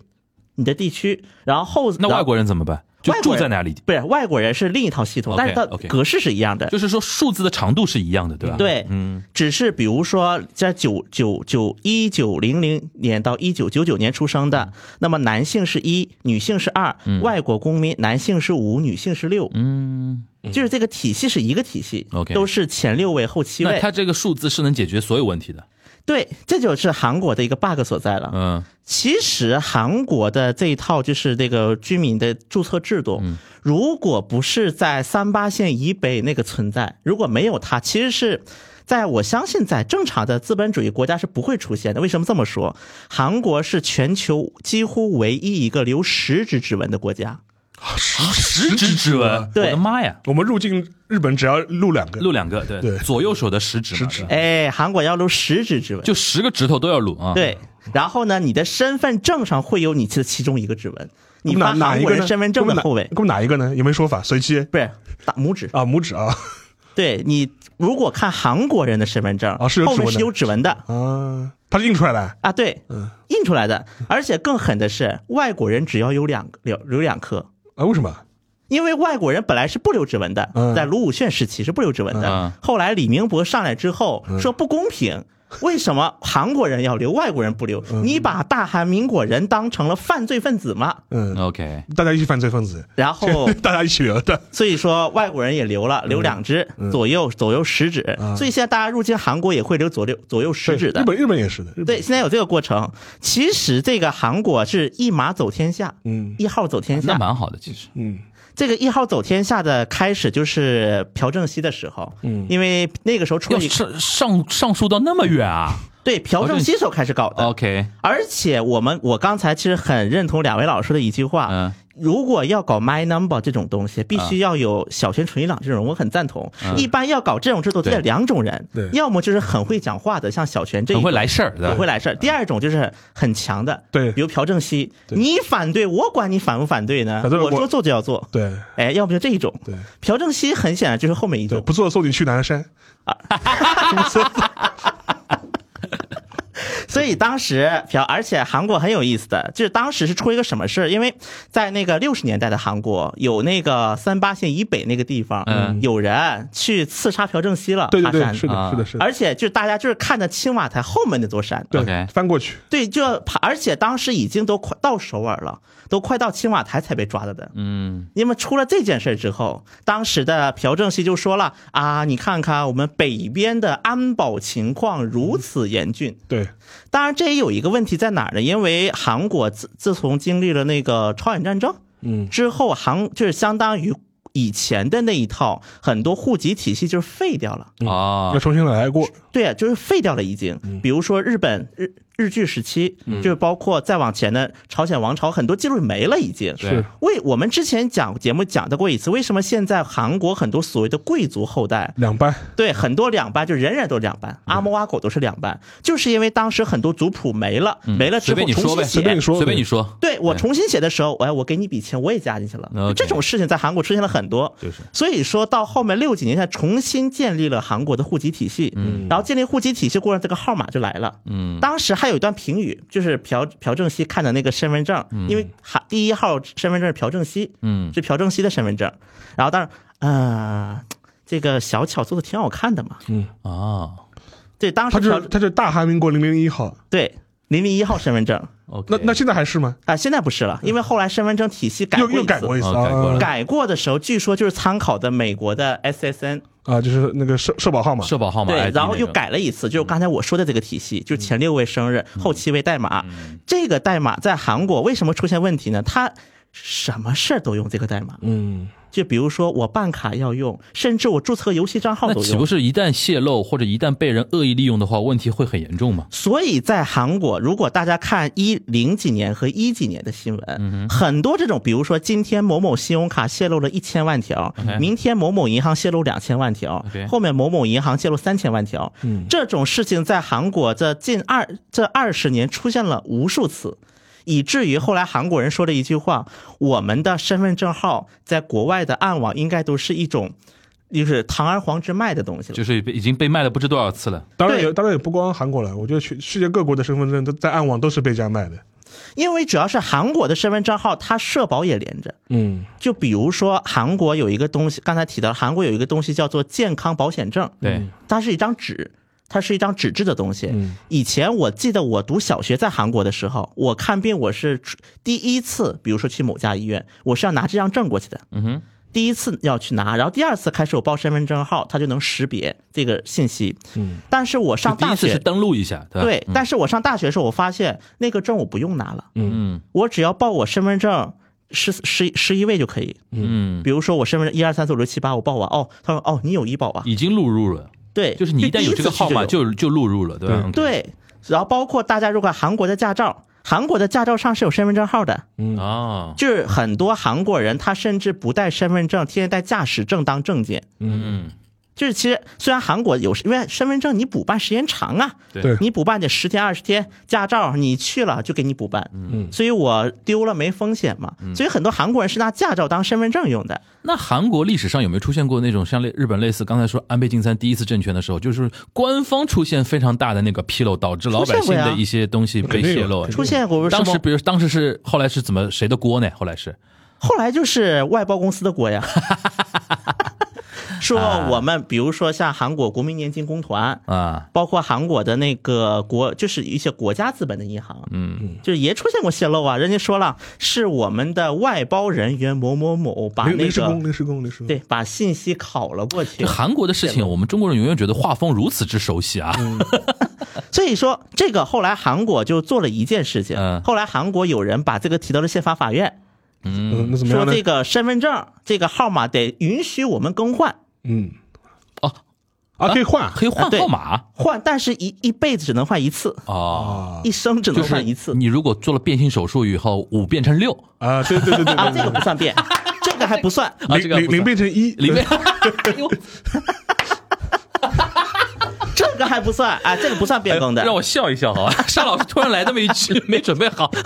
S6: 你的地区，然后
S5: 那
S6: 然
S5: 外国人怎么办？就
S6: 外国
S5: 住
S6: 人
S5: 在哪里，
S6: 不是外国人是另一套系统，但是它
S5: OK，OK
S6: 格式是一样的。
S5: 就是说数字的长度是一样的，对吧？
S6: 对，
S5: 嗯，
S6: 只是比如说在九九九一九零零年到一九九九年出
S5: 嗯
S6: 生的，那么男性是一，女性是二、外国公民男性是五，女性是六，
S5: 嗯，
S6: 就是这个体系是一个体系
S5: OK
S6: 都是前六位后七
S5: 那
S6: 位
S5: 它。这个数字是能解决所有问题的，
S6: 对，这就是韩国的一个 bug 所在了。
S5: 嗯
S6: 其实韩国的这一套就是这个居民的注册制度，
S4: 嗯
S6: 如果不是在三八线以北那个存在，如果没有它，其实是。在我相信，在正常的资本主义国家是不会出现的。为什么这么说？韩国是全球几乎唯一一个留食指指纹的国家。
S5: 十指指纹，
S6: 对
S5: 我的妈呀，
S4: 我们入境日本只要录两个，
S5: 录两个，对，
S4: 对
S5: 左右手的食指嘛，
S4: 食
S5: 对
S4: 指
S5: 吧
S6: 哎，韩国要留食指指纹，
S5: 就十个指头都要录啊，，
S6: 对。然后呢，你的身份证上会有你的其中一个指纹，你
S4: 哪
S6: 发
S4: 哪
S6: 韩
S4: 一
S6: 国
S4: 个
S6: 人
S4: 呢？
S6: 身份证
S4: 我们
S6: 的
S4: 哪
S6: 后尾，
S4: 我们哪一个呢？有没有说法？随机
S6: 不是大拇指。
S4: 啊，拇指啊
S6: 对你，如果看韩国人的身份证，
S4: 啊是有
S6: 后面
S4: 指纹的嗯
S6: 是有指纹的
S4: 啊，它是印出来的。
S6: 啊，对，印出来的。而且更狠的是，外国人只要有两有有两颗，
S4: 啊，为什么？
S6: 因为外国人本来是不留指纹的，
S4: 嗯
S6: 在卢武铉时期是不留指纹的。
S5: 嗯
S6: 后来李明博上来之后
S4: 嗯
S6: 说不公平，为什么韩国人要留，外国人不留？
S4: 嗯
S6: 你把大韩民国人当成了犯罪分子吗？
S4: 嗯，
S5: ，OK，
S4: 大家一起犯罪分子，
S6: 然后
S4: [LAUGHS] 大家一起留的。
S6: 所以说外国人也留了，留两只
S4: 嗯
S6: 左右左右食指，
S4: 啊
S6: 所以现在大家入境韩国也会留左右左右食指的
S4: 日。本日本也是的。日本
S6: 对，，现在有这个过程。其实这个韩国是一马走天下，
S4: 嗯
S6: 一号走天
S5: 那
S6: 下。
S5: 蛮好的，其实，
S4: 嗯
S6: 这个一号走天下的开始就是朴正熙的时候，嗯，因为那个时候出
S5: 要
S6: 了一
S5: 上上上溯到那么远啊
S6: 对朴正熙时候开始搞的。
S5: 哦，OK，
S6: 而且我们我刚才其实很认同两位老师的一句话，
S5: 嗯，
S6: 如果要搞 My Number 这种东西，必须要有小泉纯一郎这种，我很赞同。一般要搞这种制度，
S5: 嗯对
S6: 得两种人
S4: 对，
S6: 要么就是很会讲话的，像小泉这一
S5: 很
S6: 种
S5: 会来事儿，对吧
S6: 很会来事儿；第二种就是很强的，
S4: 对
S6: 比如朴正熙，你反对我管你反不反对呢？
S4: 反正我
S6: 我说做就要做，
S4: 对
S6: 哎，要不就这一种。
S4: 对
S6: 朴正熙很显然就是后面一
S4: 对，
S6: 种，
S4: 不做送你去南山。
S6: 所以当时朴，而且韩国很有意思的，就是当时是出了一个什么事儿？因为在那个六十年代的韩国，有那个三八线以北那个地方，
S5: 嗯
S6: 有人去刺杀朴正熙了，
S4: 对对
S6: 爬
S4: 对，
S6: 山
S4: 是
S5: 啊
S4: 的，是的，是的。
S6: 而且就是大家就是看着青瓦台后面那座山，
S4: 对
S5: OK，
S4: 翻过去。
S6: 对，就爬，而且当时已经都快到首尔了，都快到青瓦台才被抓的的。
S5: 嗯，
S6: 因为出了这件事之后，当时的朴正熙就说了啊，你看看我们北边的安保情况如此严峻，
S4: 对，
S6: 当然，这也有一个问题在哪儿呢？因为韩国自自从经历了那个朝鲜战争，
S4: 嗯，
S6: 之后，韩就是相当于以前的那一套很多户籍体系就是废掉了。
S5: 哦
S4: 要，重新来过。
S6: 对啊，就是废掉了已经。比如说日本日日据时期，就是包括再往前的朝鲜王朝，很多记录没了已经。
S5: 对，
S6: 为我们之前讲节目讲到过一次，为什么现在韩国很多所谓的贵族后代，
S4: 两班，
S6: 对，很多两班就人人都两班，阿猫阿狗都是两班，就是因为当时很多族谱没了，没了之
S5: 随
S6: 后
S5: 便你
S6: 重
S5: 说呗
S6: 新
S4: 随便
S6: 写
S4: 你。说，
S5: 随便你说，
S6: 对我重新写的时候，哎，我给你笔钱，我也加进去了。
S5: OK
S6: 这种事情在韩国出现了很多，
S5: 就是
S6: 所以说到后面六几年才重新建立了韩国的户籍体系。嗯，然后建立户籍体系过后，这个号码就来了。嗯，当时还有一段评语，就是朴朴正熙看的那个身份证，因为韩第一号身份证是朴正熙，
S5: 嗯
S6: 是朴正熙的身份证。然后当时，呃，这个小巧做的挺好看的嘛。
S5: 啊
S6: 对，当
S4: 他
S6: 时朴
S4: 就是他就是大韩民国零零一号。
S6: 对零零一号身份证啊、
S5: ，OK，
S4: 那那现在还是吗？
S6: 现在不是了，因为后来身份证体系改
S4: 又
S6: 过
S4: 又改
S6: 次
S4: 过一次
S5: 哦改过
S4: 啊
S5: 了
S6: 改过的时候，据说就是参考的美国的 SSN，
S4: 啊，就是那个社社保号码。
S5: 社保号码
S6: 对，
S5: ID
S6: 然后
S5: 那
S6: 又
S5: 个嗯
S6: 改了一次，就是刚才我说的这个体系，就是前六位生日，后七位代码。
S5: 嗯
S6: 这个代码在韩国为什么出现问题呢？它什么事儿都用这个代码，
S4: 嗯，
S6: 就比如说我办卡要用，甚至我注册游戏账号
S5: 那
S6: 都
S5: 岂不
S6: 用。
S5: 是一旦泄露或者一旦被人恶意利用的话，问题会很严重吗？
S6: 所以在韩国，如果大家看一零几年和一几年的新闻，很多这种，比如说今天某某信用卡泄露了一千万条
S5: OK，
S6: 明天某某银行泄露两千万条
S5: OK，
S6: 后面某某银行泄露三千万条，这种事情在韩国这近二这二十年出现了无数次。以至于后来韩国人说了一句话：“我们的身份证号在国外的暗网应该都是一种，就是堂而皇之卖的东西了。”
S5: 就是被已经被卖了不知多少次了。
S4: 当然
S6: 对
S4: 也当然也不光韩国了，我觉得全世界各国的身份证都在暗网都是被这样卖的。
S6: 因为主要是韩国的身份证号，它社保也连着。
S4: 嗯
S6: 就比如说韩国有一个东西，刚才提到了韩国有一个东西叫做健康保险证，
S5: 对，嗯
S6: 它是一张纸，它是一张纸质的东西。以前我记得我读小学在韩国的时候，我看病我是出第一次，比如说去某家医院，我是要拿这张证过去的。嗯
S5: 哼。
S6: 第一次要去拿，然后第二次开始我报身份证号，它就能识别这个信息。嗯，但是我上
S5: 就第
S6: 大
S5: 一次
S6: 学
S5: 是登嗯录一下，对吧？
S6: 对，但是我上大学的时候，我发现那个证我不用拿了，
S5: 嗯
S6: 我只要报我身份证十十十一位就可以。
S5: 嗯，
S6: 比如说我身份证一二三四五六七八，我报完哦，他说哦你有医保啊，
S5: 已经录入了，
S6: 对，
S5: 嗯就是你一旦
S6: 第
S5: 有
S6: 次
S5: 这个
S6: 去
S5: 号码
S6: 有
S5: 就就录入了，对吧？
S6: 对，然后包括大家如果韩国的驾照，韩国的驾照上是有身份证号的，
S5: 嗯啊，
S6: 就是很多韩国人他甚至不带身份证，天天带驾驶证当证件。
S5: 嗯，
S6: 就是其实虽然韩国有，因为身份证你补办时间长啊，
S4: 对
S6: 你补办得十天二十天，驾照你去了就给你补办，嗯，所以我丢了没风险嘛，所以很多韩国人是拿驾照当身份证用的，
S5: 那韩国历史上有没有出现过那种像类日本类似刚才说安倍晋三第一次政权的时候，就是官方出现非常大的那个纰漏，导致老百姓的一些东西被泄露？
S6: 出现过什
S5: 当时
S6: 么？
S5: 比如当时是后来是怎么谁的锅呢？后来是
S6: 后来就是外包公司的国呀。说我们比如说像韩国国民年金公团，
S5: 啊，
S6: 包括韩国的那个国，就是一些国家资本的银行，嗯，就是也出现过泄露啊。人家说了，是我们的外包人员某某某把
S4: 临
S6: 那
S4: 临时工，
S6: 个
S4: 临时工，临时工。
S6: 啊对把信息拷了过去
S5: 就。嗯韩国的事情，我们中国人永远觉得画风如此之熟悉啊，
S6: 所以说，这个后来韩国就做了一件事情
S5: 嗯，
S6: 后来韩国有人把这个提到了宪法法院，
S4: 嗯，那怎么
S6: 说
S4: 样呢？
S6: 这个身份证这个号码得允许我们更换，
S4: 嗯，
S5: 哦
S4: 啊，可以换啊，
S5: 可以换号码
S6: 换，但是一一辈子只能换一次，
S5: 哦，
S4: 啊
S6: 一生只
S5: 就
S6: 能
S5: 是
S6: 换一次
S5: 你如果做了变性手术以后，五变成六
S4: 啊，对对对对
S6: 啊，这个
S4: 对
S6: 不算
S5: [LAUGHS]
S6: 变，这个还不算。
S5: 啊，
S4: 对，
S5: 这个
S4: 零零零变成一，
S5: 里面
S6: 这个还不算啊，这个不算变更的。
S5: 哎让我笑一笑好 [LAUGHS] 吧？沙老师突然来这么一句，没准备好。 [LAUGHS]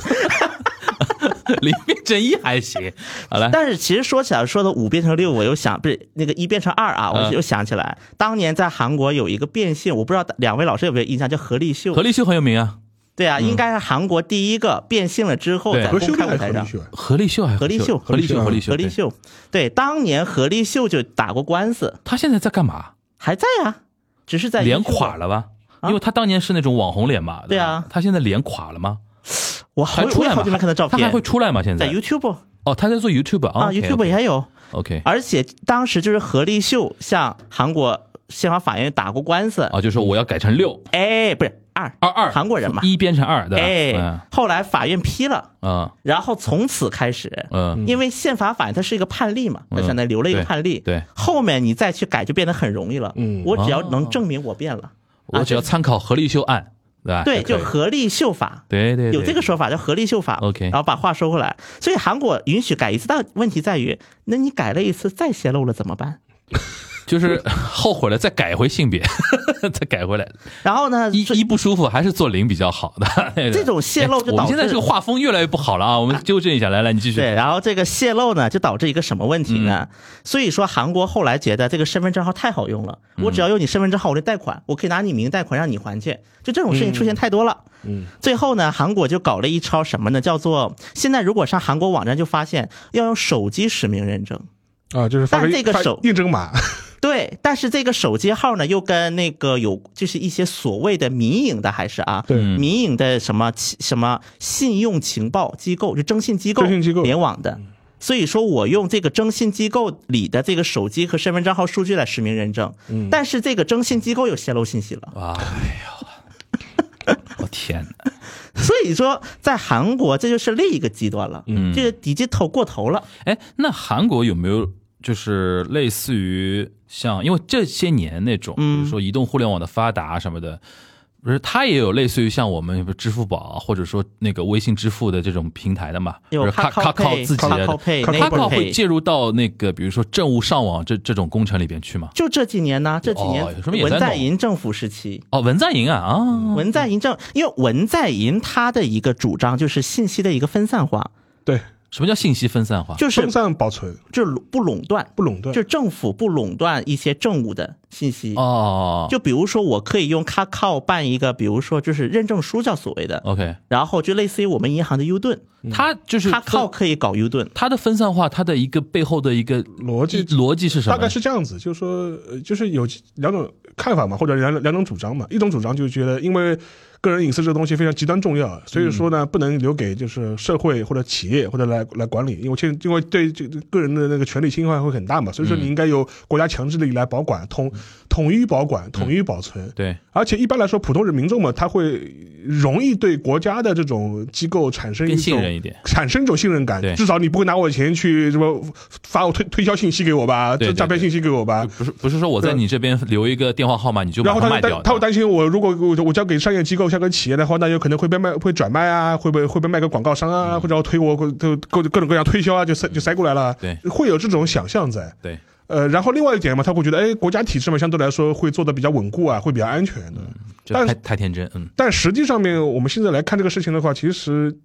S5: 里面正一还行，好来，
S6: 但是其实说起来，说的五变成六，我又想不是那个一变成二啊，
S5: 嗯
S6: 我又想起来，当年在韩国有一个变性，我不知道两位老师有没有印象，叫何立秀
S5: 何。立秀很有名啊，
S6: 对啊，应该是韩国第一个变性了之后
S5: 对
S6: 在
S4: 何
S6: 公
S4: 修
S6: 开
S4: 改
S6: 舞
S4: 还
S6: 台
S4: 是何
S6: 上
S4: 立。秀啊？
S5: 何立秀还是何
S6: 何立秀
S5: 立秀，何
S4: 何
S5: 立
S4: 立
S5: 秀，
S6: 何立
S5: 对，
S6: 秀，对，当年何立秀就打过官司，
S5: 他现在在干嘛？
S6: 还在啊，只是在啊
S5: 脸垮。了吧？因为他当年是那种网红脸嘛，
S6: 对
S5: 吧
S6: 啊
S5: 他现在脸垮了吗？
S6: 我好
S5: 还出
S6: 我也
S5: 来吗？
S6: 好久没看到照片，
S5: 他还会出来吗？现
S6: 在
S5: 在
S6: YouTube
S5: 哦，哎他在做 YouTube
S6: 啊，YouTube 也有。
S5: OK
S6: 而且当时就是何立秀向韩国宪法法院打过官司，
S5: 啊，就说我要改成六
S6: 哎，不是二
S5: 二二，
S6: 韩国人嘛，
S5: 一嗯变成二，对
S6: 哎
S5: 吧？，
S6: 后来法院批了，
S5: 嗯
S6: 然后从此开始，
S5: 嗯
S6: 因为宪法法院它是一个判例嘛，它相当于留了一个判例，
S5: 对对
S6: 后面你再去改就变得很容易了，
S4: 嗯
S6: 我只要能证明我变了，
S5: 我只要参考何立秀案，对吧？
S6: 对，就
S5: 可以
S6: 合力秀法。
S5: 对哦对对
S6: 有这个说法叫合力秀法
S5: OK
S6: 然后把话说回来，所以韩国允许改一次，但问题在于，那你改了一次再泄露了怎么办？
S5: 就是后悔了，再改回性别， [LAUGHS] 再改回来。
S6: 然后呢，
S5: 一
S6: 最
S5: 一不舒服，还是做零比较好的。那个
S6: 呃这种泄露就
S5: 哎我们
S6: 导致
S5: 现在这个画风越来越不好了啊！我们纠正一下，来来，你继续。
S6: 对，然后这个泄露呢，就导致一个什么问题呢？所以说韩国后来觉得这个身份证号太好用了，我只要用你身份证号，我就贷款，我可以拿你名贷款让你还去。就这种事情出现太多了。嗯，最后呢，韩国就搞了一招什么呢？叫做现在如果上韩国网站就发现要用手机实名认证。
S4: 啊，就是发
S6: 但这个
S4: 发
S6: 手
S4: 验证
S6: [LAUGHS]
S4: 码，
S6: 对，但是这个手机号呢，又跟那个有就是一些所谓的民营的还是啊，
S4: 对
S6: 民营的什么其什么信用情报机构，就征信机构，
S4: 征信机构
S6: 联网的。所以说我用这个征信机构里的这个手机和身份证号数据来实名认证，但是这个征信机构又泄露信息了。
S5: 哇，哎呦，我天哪！
S6: 所以说在韩国这就是另一个极端了，嗯，这个 digital 过头了。
S5: 哎，那韩国有没有就是类似于像，因为这些年那种，比
S6: 嗯
S5: 如说移动互联网的发达什么的，不是它也有类似于像我们支付宝啊或者说那个微信支付的这种平台的嘛？
S6: 有
S5: 比如卡卡
S6: Kakao
S5: 卡
S6: Pay，
S5: 自己的
S6: Kakao Pay，
S5: 卡
S6: Kakao
S5: 会
S6: Pay
S5: 介入到那个比如说政务上网这这种工程里边去吗？
S6: 就这几年呢，这几年
S5: 哦有什么也在
S6: 文在
S5: 弄
S6: 寅政府时期，
S5: 哦，文在寅啊啊，
S6: 文在寅政，因为文在寅他的一个主张就是信息的一个分散化，
S4: 对，
S5: 什么叫信息分散化？
S6: 就是
S4: 分散保存
S6: 就是不垄断，
S4: 不垄断
S6: 就。政府不垄断一些政务的信息。
S5: 哦，
S6: 就比如说，我可以用 Kakao 办一个，比如说就是认证书叫所谓的，
S5: OK，
S6: 然后就类似于我们银行的 U 盾，
S5: 它哦就是
S6: 它靠
S5: 分
S6: 可以搞 U 盾，
S5: 它的分散化，它的一个背后的一个
S4: 逻辑
S5: 逻辑是什么？
S4: 大概是这样子，就是说，呃就是有两种看法嘛，或者两两种主张嘛。一种主张就觉得，因为个人隐私这个东西非常极端重要，所以说
S6: 嗯
S4: 呢，不能留给就是社会或者企业或者来来管理，因为现因为对这个个人的那个权利侵害会很大嘛，所以
S6: 嗯
S4: 说你应该由国家强制力来保管、统统一保管、统一保存。
S5: 对，
S4: 而且一般来说，普通人民众嘛，他会容易对国家的这种机构产生一
S5: 更
S4: 种
S5: 信任一点。
S4: 产生一种信任感
S5: 对，
S4: 至少你不会拿我的钱去什么发我推推销信息给我吧，
S5: 对对
S4: 这诈骗信息给我吧。
S5: 不是不是说我在
S4: 对
S5: 你这边留一个电话号码，你就把
S4: 然后
S5: 它
S4: 他
S5: 卖
S4: 就
S5: 掉
S4: 担，他会担心我，如果我我交给商业机构、交给企业的话，那有可能会被卖、会转卖啊，会被会被卖给广告商啊，或者要推我各各各种各样推销啊，就塞就塞过来了。
S5: 对
S4: 会有这种想象在。
S5: 对，
S4: 呃，然后另外一点嘛，他会觉得，哎，国家体制嘛，相对来说会做的比较稳固啊，会比较安全的。
S5: 这
S4: 但
S5: 太
S4: 是
S5: 太天真，
S4: [LAUGHS]
S5: 嗯，
S4: 但实际上面，我们现在来看这个事情的话，其实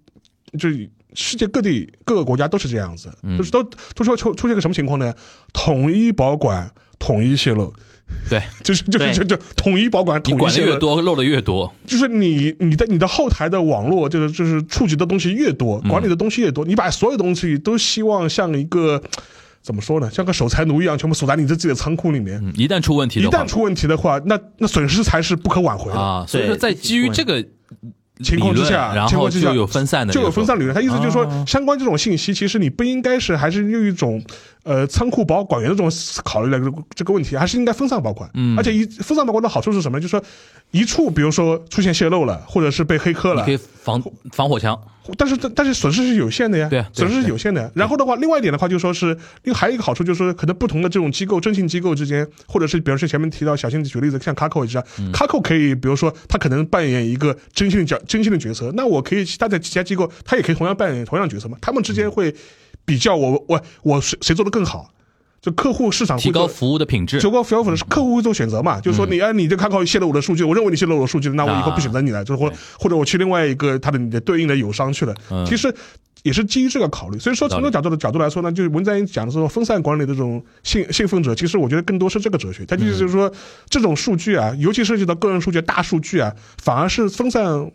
S4: 就世界各地各个国家都是这样子，
S5: 嗯
S4: 就是都都说出出现个什么情况呢？统一保管，统一泄露，
S5: 对
S4: 就是就是
S6: 对
S4: 就就统一保管，
S5: 你
S4: 统一
S5: 管的
S4: 泄
S5: 越
S4: 露，
S5: 多，漏的越多，
S4: 就是你你的你的后台的网络，就是就是触及的东西越
S5: 嗯
S4: 多，管理的东西越多，你把所有东西都希望像一个。怎么说呢？像个守财奴一样，全部锁在你的自己的仓库里面。
S5: 嗯，一旦出问题
S4: 一
S5: 的话
S4: 旦出问题的话，那那损失才是不可挽回的。
S5: 啊，所以说
S6: 对
S5: 在基于这个
S4: 情况之
S5: 理
S4: 下
S5: 论然
S4: 情
S5: 后
S4: 况之下
S5: 就有分散的这哦
S4: 就
S5: 个说法，
S4: 有分散理论。他意思就是说，相关这种信息，其实你不应该是还是用一种呃仓库保管员的这种思考虑来这个问题，还是应该分散保管。嗯，而且一分散保管的好处是什么呢？就是说一处，比如说出现泄露了，或者是被黑
S5: 你
S4: 客了
S5: 可，以防防火墙，
S4: 但是但是损失是有限的呀，
S5: 对啊对
S4: 损失是有限的。然后的话，另外一点的话，就说是另还有一个好处，就是说可能不同的这种机构、征信机构之间，或者是比如说前面提到小新举例子，像 Kakao 也是啊
S5: 嗯
S4: ，Kakao 可以，比如说他可能扮演一个征信的角、征信的角色，那我可以其他的其他机构，他也可以同样扮演同样的角色嘛，他们之
S5: 嗯
S4: 间会比较我我我谁谁做的更好，就客户市场会
S5: 提高
S4: 做
S5: 服务的品质，
S4: 九高 f i 粉是客户会做选择嘛，
S5: 嗯
S4: 就是说你哎，你这卡考泄露我的数据，我认为你泄露我的数据，那我
S5: 啊
S4: 以后不选择你了，就是或或者我去另外一个他的你的对应的友商去了
S5: 嗯，
S4: 其实。也是基于这个考虑，所以说
S5: 道
S4: 从
S5: 理
S4: 这个角度的角度来说呢，就是文在寅讲的这种分散管理的这种信信奉者，其实我觉得更多是这个哲学。他
S5: 嗯
S4: 就是说，这种数据啊，尤其涉及到个人数据、大数据啊，反而是分散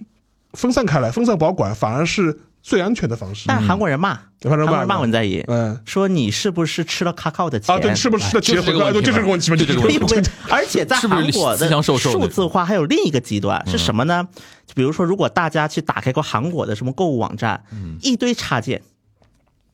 S4: 分散开来、分散保管，反而是最安全的方式。
S6: 但是韩国人骂，
S4: 韩国人骂
S6: 骂文在寅，
S4: 嗯
S6: 说你是不是吃了 Kakao 的钱？
S4: 啊，对，是不是的
S5: 就
S4: 结
S5: 哎是这
S4: 合
S5: 个问题
S4: 就这
S5: 嘛
S4: 个问题嘛，
S5: 就这个问题
S6: [LAUGHS]
S5: [LAUGHS]
S6: 因为而且在
S5: 是不是
S6: 韩国
S5: 思想
S6: 的
S5: 受受的嗯
S6: 数字化还有另一个极端是什么呢？就比如说，如果大家去打开过韩国的什么购物网站，
S5: 嗯
S6: 一堆插件，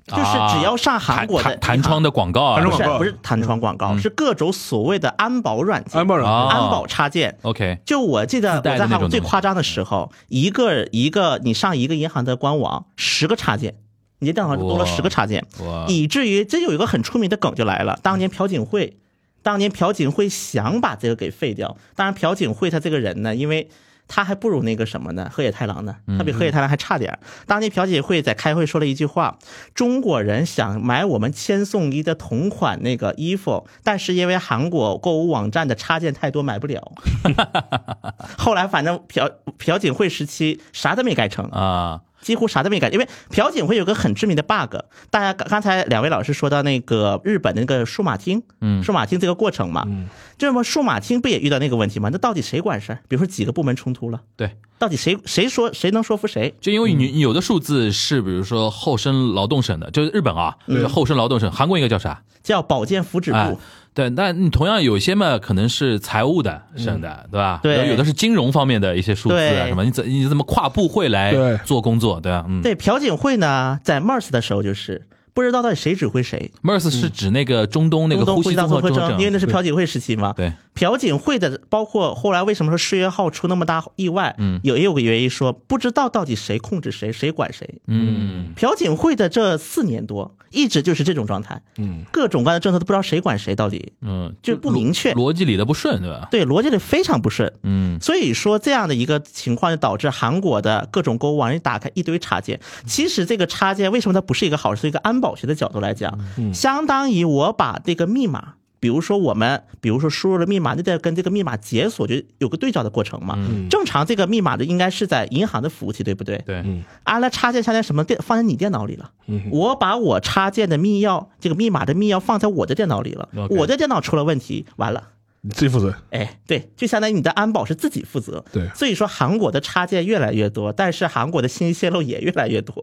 S6: 就是
S5: 啊
S6: 只要上韩国的
S5: 弹弹弹窗的广告啊，
S4: 弹
S6: 不
S4: 窗广
S6: 是
S4: 告
S6: 不是弹窗广告，是各种所谓的安保软件、
S4: 安保人
S5: 啊
S6: 安保插件。
S5: OK，
S6: 就我记得
S5: 自
S6: 我
S5: 带的
S6: 在
S5: 那
S6: 韩
S5: 种
S6: 国最
S5: 东西
S6: 夸张的时候，一个一个你上一个银行的官网，十个插件，你的电脑上多
S5: 哇
S6: 了十个插件，
S5: 我
S6: 以至于这有一个很出名的梗就来了，当年朴槿惠，当年朴槿惠想把这个给废掉，当然朴槿惠她这个人呢，因为。她还不如那个什么呢？河野太郎呢？她比河野太郎还差点儿。当年朴槿惠在开会说了一句话：“中国人想买我们千颂伊的同款那个衣服，但是因为韩国购物网站的插件太多，买不了。” [LAUGHS] 后来反正朴朴槿惠时期啥都没改成，
S5: 啊，
S6: 几乎啥都没改，因为朴槿惠有个很致命的 bug。大家刚刚才两位老师说到那个日本的那个数码厅，嗯，数码厅这个过程嘛，嗯，这么数码厅不也遇到那个问题吗？那到底谁管事儿？比如说几个部门冲突了，
S5: 对，
S6: 到底谁谁说谁能说服谁？
S5: 就因为
S6: 嗯
S5: 你有的数字是比如说厚生劳动省的，就是日本啊，
S6: 嗯
S5: 就是厚生劳动省，韩国应该叫啥？
S6: 叫保健福祉部，
S5: 哎，对，但你同样有些嘛，可能是财务的省的，对吧？
S6: 嗯对
S5: 然后有的是金融方面的一些数字啊，
S6: 对
S5: 什么，你怎你怎么跨部会来
S4: 对
S5: 做工作，对吧？嗯
S6: 对，朴槿惠呢，在 MERS 的时候就是不知道到底谁指挥谁，
S5: ，MERS 是指那个中东那个
S6: 嗯中东
S5: 呼吸
S6: 呼吸道
S5: 综
S6: 综
S5: 合
S6: 合
S5: 症
S6: 征，因为那是朴槿惠时期嘛，
S5: 对，
S6: 朴槿惠的，包括后来为什么说世越号出那么大意外，嗯，有也有个原因说不知道到底谁控制谁，谁管谁。
S5: 嗯，
S6: 朴槿惠的这四年多一直就是这种状态，嗯，各种各样的政策都不知道谁管谁，到底
S5: 嗯，
S6: 就不明确，
S5: 逻辑理的不顺，对吧？
S6: 对逻辑里非常不顺。
S5: 嗯，
S6: 所以说这样的一个情况就导致韩国的各种购物网站一打开一堆插件。其实这个插件为什么它不是一个好事？从一个安保学的角度来讲，相当于我把这个密码。比如说我们，比如说输入了密码，那得跟这个密码解锁就有个对照的过程嘛。正常这个密码的应该是在银行的服务器，对不对？
S5: 对，
S6: 安了插件，插件什么电放在你电脑里了。我把我插件的密钥，这个密码的密钥放在我的电脑里了
S5: OK。
S6: 我的电脑出了问题，完了，
S4: 你自己负责。
S6: 哎，对，就相当于你的安保是自己负责。
S4: 对
S6: 所以说韩国的插件越来越多，但是韩国的信息泄露也越来越多，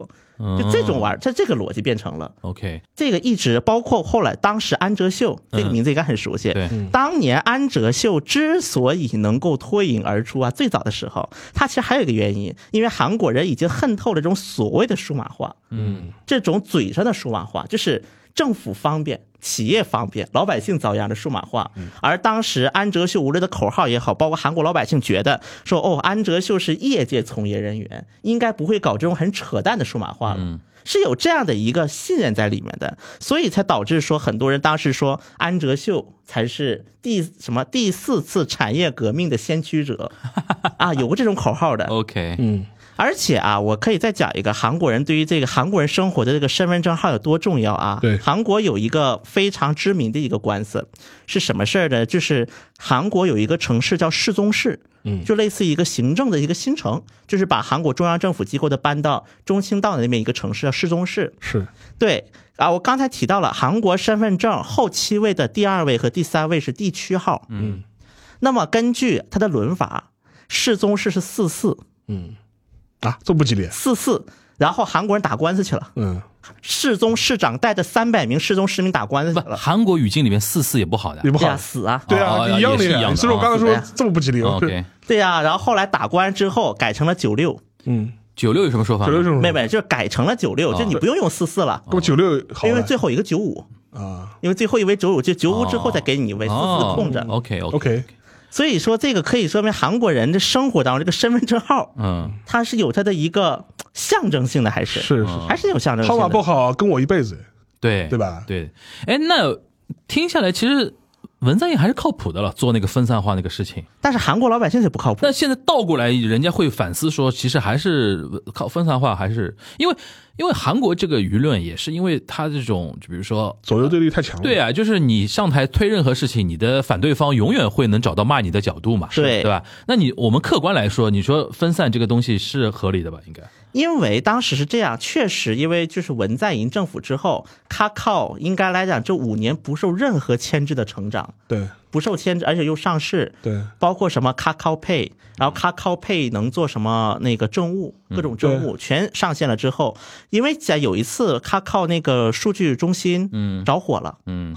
S6: 就这种玩，它这个逻辑变成了。
S5: OK，
S6: 这个一直包括后来，当时安哲秀这个名字应该很熟悉。
S5: 对嗯
S6: 当年安哲秀之所以能够脱颖而出啊，最早的时候，他其实还有一个原因，因为韩国人已经恨透了这种所谓的数码化，嗯，这种嘴上的数码化，就是政府方便。企业方便，老百姓遭殃的数码化。而当时安哲秀无论的口号也好，包括韩国老百姓觉得说，哦，安哲秀是业界从业人员，应该不会搞这种很扯淡的数码化了。是有这样的一个信任在里面的，所以才导致说很多人当时说安哲秀才是第什么第四次产业革命的先驱者啊，有过这种口号的。
S5: OK，
S6: 嗯而且啊，我可以再讲一个韩国人对于这个韩国人生活的这个身份证号有多重要啊。
S4: 对
S6: 韩国有一个非常知名的一个官司，是什么事儿呢？就是韩国有一个城市叫市宗市。嗯，就类似一个行政的一个新城，就是把韩国中央政府机构的搬到中青道那边一个城市叫市宗市。
S4: 是，
S6: 对啊，我刚才提到了韩国身份证后七位的第二位和第三位是地区号。嗯，那么根据它的轮法，世宗市是四四
S4: 啊，这么激烈。
S6: 四四，然后韩国人打官司去了，
S4: 嗯，
S6: 世宗市长带着三百名世宗市民打官司去
S5: 不，
S6: 了，
S5: 韩国语境里面四四也不好的
S4: 你。不
S6: 对
S4: 好
S6: 呀、。死啊，
S4: 对
S5: 哦
S4: 啊，
S5: 哦
S4: 一样
S5: 也
S4: 的
S5: 是一样
S4: 呀。
S5: 的
S4: 所以我刚才
S6: 啊
S4: 说
S6: 对
S4: 这么不吉利。我
S5: OK，
S6: 对呀、然后后来打官之后改成了九六，
S4: 嗯，
S5: 九六有什么说法
S4: 九
S5: 吗？
S4: 六这种，
S6: 妹妹就是改成了九六，
S4: 哦
S6: 就你不用用四四了，
S4: 那么九六好
S6: 因为
S4: 了
S6: 最后一个九五，
S4: 啊
S6: 因为最后一位九五，就九五之后再给你一位四
S5: 哦
S4: 哦
S6: 四空着。
S5: OK OK，
S4: ，OK，
S6: 所以说，这个可以说明韩国人的生活当中，这个身份证号，
S5: 嗯，
S6: 它是有它的一个象征性的，还是
S4: 是是。
S6: 还是有象征性
S4: 号码
S6: 的。
S4: 不好跟我一辈子，
S5: 嗯对
S4: 对吧
S5: 对，哎，那听下来其实文在寅还是靠谱的了，做那个分散化那个事情。
S6: 但是韩国老百姓就不靠谱
S5: 那。现在倒过来，人家会反思说，其实还是靠分散化，还是因为因为韩国这个舆论也是因为他这种，就比如说。
S4: 左右对立太强了。
S5: 对啊，就是你上台推任何事情，你的反对方永远会能找到骂你的角度嘛，
S6: 对
S5: 对吧？那你我们客观来说，你说分散这个东西是合理的吧？应该
S6: 因为当时是这样，确实，因为就是文在寅政府之后，他靠应该来讲这五年不受任何牵制的成长，
S4: 对
S6: 不受牵制，而且又上市，
S4: 对
S6: 包括什么 Kakao Pay，然后 Kakao Pay 能做什么那个政务，各种政务全上线了之后，因为在有一次 Kakao 那个数据中心嗯着火了，
S5: 嗯，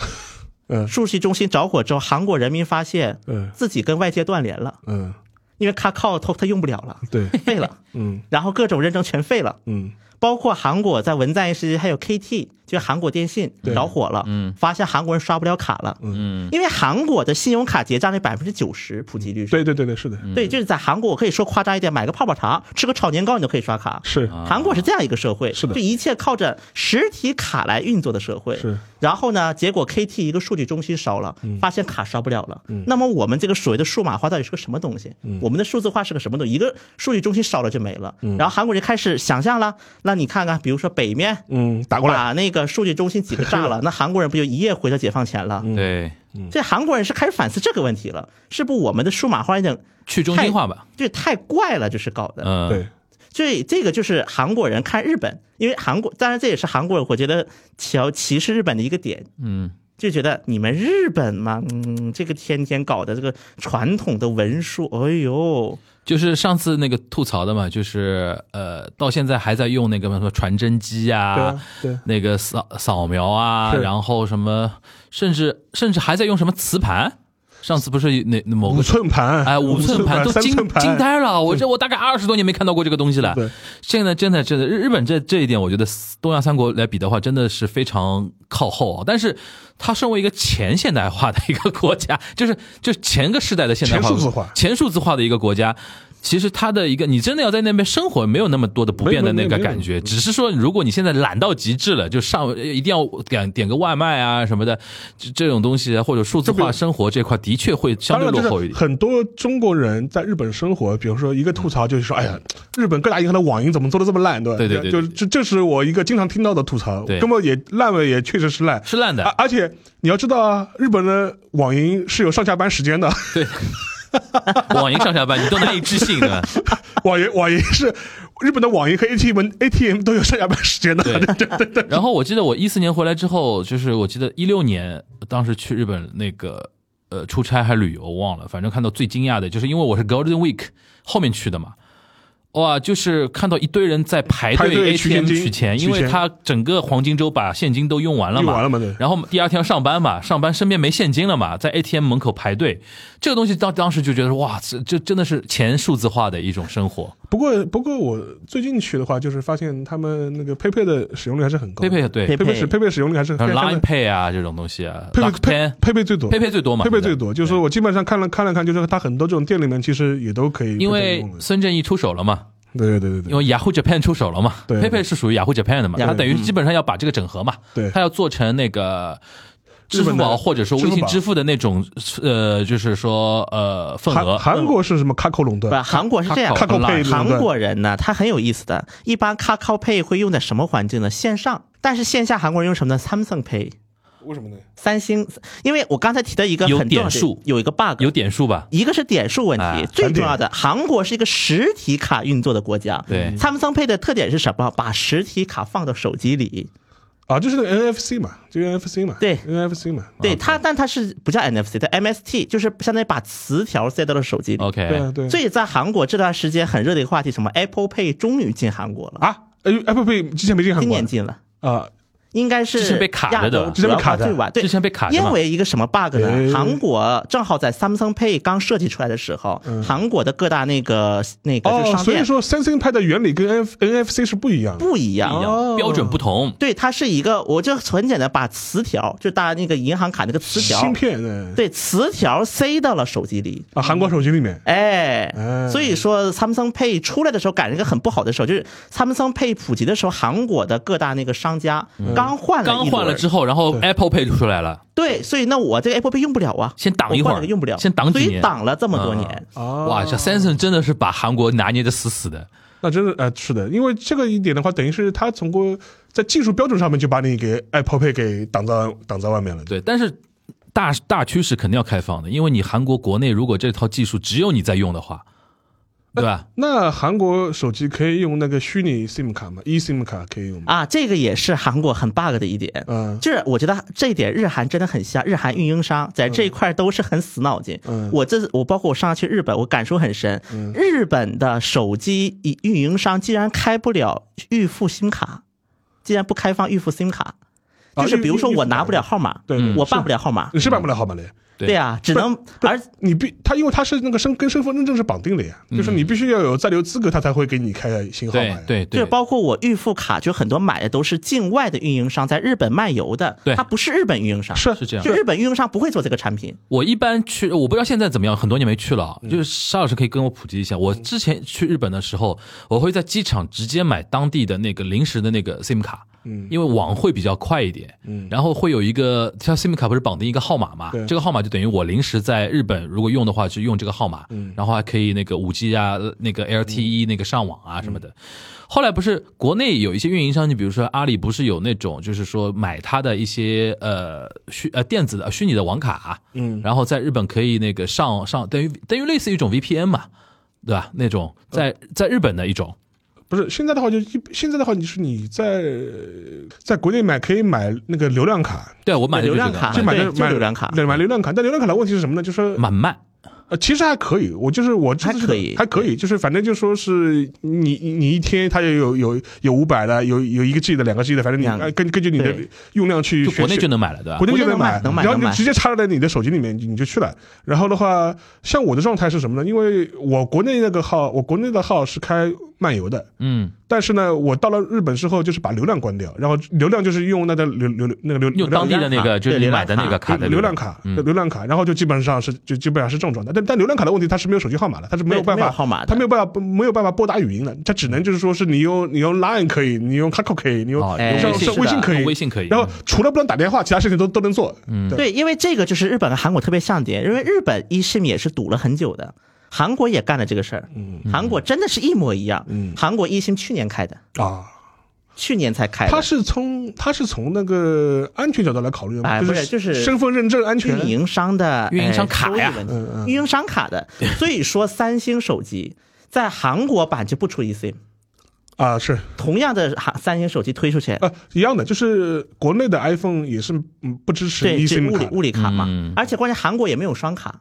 S4: 嗯
S6: 数据中心着火之后，韩国人民发现
S4: 嗯
S6: 自己跟外界断联了，
S4: 嗯，
S6: 因为 Kakao 它它用不了了，
S5: [LAUGHS]
S4: 对，
S6: 废了，
S4: 嗯
S6: 然后各种认证全废了。
S4: 嗯
S6: 包括韩国在文在寅时期还有 KT，就是韩国电信着火了，嗯，发现韩国人刷不了卡了，嗯，因为韩国的信用卡结账率百分之九十普及率是，
S4: 对对对对，是的，
S5: 嗯
S6: 对，就是在韩国，我可以说夸张一点，买个泡泡茶，吃个炒年糕，你都可以刷卡。
S4: 是
S5: 啊
S6: 韩国是这样一个社会，
S4: 啊是的
S6: 就一切靠着实体卡来运作的社会。
S4: 是。嗯
S6: 然后呢，结果 KT 一个数据中心烧了，发现卡烧不了了。那么我们这个所谓的数码化到底是个什么东西？
S4: 嗯
S6: 我们的数字化是个什么东西？一个数据中心烧了就没了。然后韩国人开始想象了，那你看看，比如说北面。
S4: 嗯，打过来，
S6: 把那个数据中心几个
S4: [LAUGHS]
S6: 炸了，那韩国人不就一夜回到解放前了？
S5: 对，
S4: 嗯
S6: 这韩国人是开始反思这个问题了，是不我们的数码化有点
S5: 去中心化吧，
S6: 这太怪了，这是搞的。
S5: 嗯，
S4: 呃对，
S6: 所以这个就是韩国人看日本，因为韩国，当然这也是韩国人我觉得瞧歧视日本的一个点，
S5: 嗯，
S6: 就觉得你们日本嘛，嗯，这个天天搞的这个传统的文书，哎呦，
S5: 就是上次那个吐槽的嘛，就是呃，到现在还在用那个什么传真机啊，
S4: 对啊对
S5: 那个扫扫描啊，
S4: 是
S5: 然后什么，甚至甚至还在用什么磁盘。上次不是那那某
S4: 五
S5: 个
S4: 寸盘，
S5: 哎五寸盘都
S4: 三
S5: 惊
S4: 寸盘，
S5: 惊呆了，我这我大概二十多年没看到过这个东西了
S4: 对。
S5: 现在真的真的日日本这这一点，我觉得东亚三国来比的话，真的是非常靠后啊。但是它身为一个前现代化的一个国家，就是就是前个世代的现代化、
S4: 前数字化
S5: 前数字化的一个国家。其实它的一个，你真的要在那边生活，没有那么多的不便的那个
S4: 没有没有
S5: 感觉，只是说，如果你现在懒到极致了，就上一定要点点个外卖啊什么的，这这种东西啊或者数字
S4: 这
S5: 化
S4: 个
S5: 生活这块，的确会相
S4: 当
S5: 对
S4: 然，
S5: 落后
S4: 就
S5: 一
S4: 是
S5: 点。
S4: 很多中国人在日本生活，比如说一个吐槽就是说，哎呀，日本各大银行的网银怎么做的这么烂，对吧？
S5: 嗯对对对
S4: 就
S5: 对
S4: 是这这是我一个经常听到的吐槽，
S5: 对
S4: 根本也烂尾也确实是烂，
S5: 是烂的
S4: 而而且你要知道啊，日本的网银是有上下班时
S5: [LAUGHS]
S4: 间的，
S5: 对， [LAUGHS] 网银上下班你都难以置信的，
S4: 网银网银是日本的网银和 ATM ATM 都有上下班时间的，
S5: 对
S4: 对对 [LAUGHS] 对，
S5: 然后我记得我一四年回来之后，就是我记得一六年当时去日本那个呃出差还是旅游忘了，反正看到最惊讶的就是因为我是 Golden Week 后面去的嘛，哇，就是看到一堆人在排
S4: 排队
S5: 队
S4: 取
S5: ATM
S4: 现金
S5: 取钱，
S4: 取
S5: 因为
S4: 钱
S5: 他整个黄金周把现金都用完了
S4: 用
S5: 嘛，
S4: 完了嘛？对，
S5: 然后第二天要上班嘛，上班身边没现金了嘛，在 ATM 门口排队，这个东西当当时就觉得哇，这这真的是钱数字化的一种生活。
S4: [LAUGHS] 不过不过我最近去的话，就是发现他们那个 PayPay 的使用率还是很高的。
S5: 佩佩对，
S6: 佩
S4: PayPay 使 PayPay 使用率还是
S5: 然
S4: 非
S5: 后
S4: 常
S5: Line
S4: 的
S5: Pay 啊这种东西啊
S4: PayPay
S5: ，Luck Pay
S4: PayPay 最多，
S5: 佩佩最多嘛，
S4: 佩佩最
S5: 现在。
S4: 多，就是我基本上看了看了看，就是它很多这种店里面其实也都可以
S5: 因
S4: 用
S5: 为
S4: 的
S5: 孙正义出手了嘛，
S4: 对对对对
S5: 因
S4: 对，
S5: 为 Yahoo Japan 出手了嘛
S4: 对嗯
S5: 佩佩是属于 Yahoo Japan 的嘛，
S6: 对
S5: 它等于基本上要把这个整合嘛，
S4: 对
S5: 它要做成那个支付
S4: 日本
S5: 宝
S4: 的
S5: 或者说微
S4: 支付
S5: 信
S4: 宝
S5: 支付的那种呃，就是说呃份
S4: 韩
S5: 额，
S4: 韩国是什么卡口垄
S6: 不，
S4: 断？
S6: 韩国是啊这样，
S5: 呃卡
S4: 口 Kakao Pay
S6: 韩国人呢，他很有意思的，一般 Kakao Pay 会用在什么环境呢？线上，但是线下韩国人用什么呢？Samsung Pay。
S4: 为什么呢？
S6: 三星，因为我刚才提到一个
S5: 有
S6: 很重要的
S5: 点数
S6: 有一个 bug，
S5: 有点数吧？
S6: 一个是点数问题，
S5: 哎
S6: 最重要的，韩国是一个实体卡运作的国家。
S5: 对
S6: ，Samsung Pay 的特点是什么？把实体卡放到手机里。
S4: 啊，就是那个 NFC 嘛，就 NFC 嘛，
S6: 对
S4: ，NFC 嘛，
S5: 哦
S6: 对它，但它是不叫 NFC 它 MST，就是相当于把磁条塞到了手机里。
S5: OK，
S4: 对啊对啊。
S6: 所以在韩国这段时间很热的一个话题，什么 Apple Pay 终于进韩国了，
S4: 啊，哎，Apple Pay 之前没进韩
S6: 今
S4: 国
S6: 年进了。
S4: 啊，
S6: 应该是
S5: 之前被卡着的
S6: 亚洲
S4: 之前被卡着
S6: 最晚对，
S5: 之前被卡着
S6: 因
S5: 嘛
S6: 为一个什么 bug
S4: 哎
S6: 呢？韩国正好在 Samsung Pay 刚设计出来的时候，
S5: 嗯
S6: 韩国的各大那个那个就
S4: 哦，
S6: 是商
S4: 所以
S6: 店
S4: 说 Sensing Pad 的原理跟 N NFC 是不一样的。
S6: 不一
S5: 一
S6: 样。
S4: 哦
S5: 样，标准不同。
S6: 对，它是一个，我就很简单，把磁条，就大家那个银行卡那个磁条
S4: 芯，片呢？
S6: 对，磁条塞到了手机里。
S4: 啊，韩国手机里面
S6: 哎
S4: 哎，
S6: 所以说 Samsung Pay 出来的时候赶上一个很不好的时候，就是 Samsung Pay 普及的时候，韩国的各大那个商家
S4: 嗯
S6: 刚换了一
S5: 刚
S6: 轮
S5: 换了之后，然后 Apple Pay 就出来了，
S6: 对，所以那我这个 Apple Pay 用不了啊，
S5: 先挡一
S6: 我
S5: 会儿
S6: 换了个用不了，
S5: 先挡几
S6: 所以
S5: 年
S6: 挡了这么多年。
S4: 啊，
S5: 哇，这 Samsung 真的是把韩国拿捏的死死的。
S4: 那真的呃是的，因为这个一点的话，等于是它通过在技术标准上面就把你给 Apple Pay 给挡在挡在外面了。
S5: 对，但是大大趋势肯定要开放的，因为你韩国国内如果这套技术只有你在用的话，对吧？
S4: 那韩国手机可以用那个虚拟 SIM 卡吗？eSIM 卡可以用吗？
S6: 啊，这个也是韩国很 bug 的一点，
S4: 嗯
S6: 就是我觉得这一点日韩真的很像，日韩运营商在这一块都是很死脑筋。
S4: 嗯
S6: 我这次我包括我上次去日本，我感受很深，日本的手机运营商竟然开不了预付 SIM 卡，竟然不开放预付 SIM 卡，
S4: 啊
S6: 就是比如说
S4: 预付
S6: 我拿不了号码，
S4: 对对
S6: 我办不了号码，
S4: 你是办不了号码的，
S5: 对
S6: 对啊，只能而嗯
S4: 你必他因为他是那个身跟身份认证是绑定的呀，就是你必须要有在留资格，他才会给你开新号码
S5: 对
S4: 呀。
S5: 对
S6: 就
S5: 对，
S6: 是包括我预付卡，就很多买的都是境外的运营商在日本漫游的，
S5: 对
S6: 它不是日本运营商，
S4: 是
S5: 是这样
S6: 就。日本运营商不会做这个产品。
S5: 我一般去，我不知道现在怎么样，很多年没去了啊。就是沙老师可以跟我普及一下，我之前去日本的时候，我会在机场直接买当地的那个临时的那个 SIM 卡，嗯，因为网会比较快一点，嗯，然后会有一个像 SIM 卡不是绑定一个号码嘛，
S4: 对
S5: 这个号码就等于我临时在日本如果用的话就用这个号码，嗯，然后还可以那个五 G 啊，那个 LTE 那个上网啊什么的。后来不是国内有一些运营商，你比如说阿里，不是有那种就是说买它的一些呃虚呃电子的虚拟的网卡，嗯，然后在日本可以那个上上等于等于类似于一种 VPN 嘛，对吧？那种
S6: 哦
S5: 在在日本的一种，
S4: 不是现在的话就一现在的话，你是你在在国内买可以买那个流量卡，
S5: 对我买的就是这个
S6: 流量卡
S4: 就买那
S6: 啊对就
S4: 买
S6: 流量卡
S4: 对买流量卡。但流量卡的问题是什么呢？就是说
S5: 蛮慢，
S4: 呃，其实还可以，我就是我这次
S6: 还可以
S4: 还可以，就是反正就说是你你你一天它也有有有五百的，有有一个 G 的，两个 G 的，反正你
S6: 两
S4: 呃根根据你的
S6: 对
S4: 用量去
S5: 就国内
S4: 选
S5: 就能买了，对吧
S4: 国？内就
S6: 国内能买能买
S4: 然后你
S6: 能
S4: 就
S6: 买
S4: 直接插在你的手机里面，你你就去了。然后的话，像我的状态是什么呢？因为我国内那个号，我国内的号是开漫游的，
S5: 嗯，
S4: 但是呢，我到了日本之后就是把流量关掉，然后流量就是用那个流流流那个流
S5: 用当地的那个
S6: 流量卡
S5: 就是你买的那个卡
S4: 流
S5: 的
S4: 流量卡，
S5: 嗯
S4: 流量卡，然后就基本上是就基本上是这种状态。但但流量卡的问题，它是没有手机号码的，它是没有
S6: 对
S4: 办
S6: 没
S4: 法
S6: 有号码的
S4: 它没有办法没有办法拨打语音的，它只能就是说是你用你用 Line 可以，你用 Kakao 可以，你用
S5: 哦
S6: 哎
S4: 像
S6: 微信
S4: 像
S6: 是
S4: 微信
S6: 的
S4: 可以，
S5: 微信可以
S4: 然后除了不能打电话，其他事情都都能做。嗯，对。
S6: 对，因为这个就是日本和韩国特别像点，因为日本 eSIM 也是堵了很久的，韩国也干了这个事儿。
S4: 嗯
S6: 韩国真的是一模一样。韩国 eSIM 去年开的，
S4: 啊，
S6: 去年才开的。
S4: 他是从他是从那个安全角度来考虑的嘛，
S6: 哎不
S4: 就是
S6: 就是
S4: 身份认证安全
S6: 运营商的
S5: 运营商
S6: 哎
S5: 卡
S6: 收益
S5: 呀
S6: 问
S4: 嗯
S6: 题运
S4: [LAUGHS]
S6: 营商卡的。所以说，三星手机在韩国版就不出 eSIM，
S4: 啊，是
S6: 同样的哈三星手机推出去，
S4: 呃一样的，就是国内的 iPhone 也是嗯不支持
S6: 对，这
S4: eSIM
S6: 物理
S4: 卡
S6: 物理卡嘛
S5: 嗯，
S6: 而且关键韩国也没有双卡，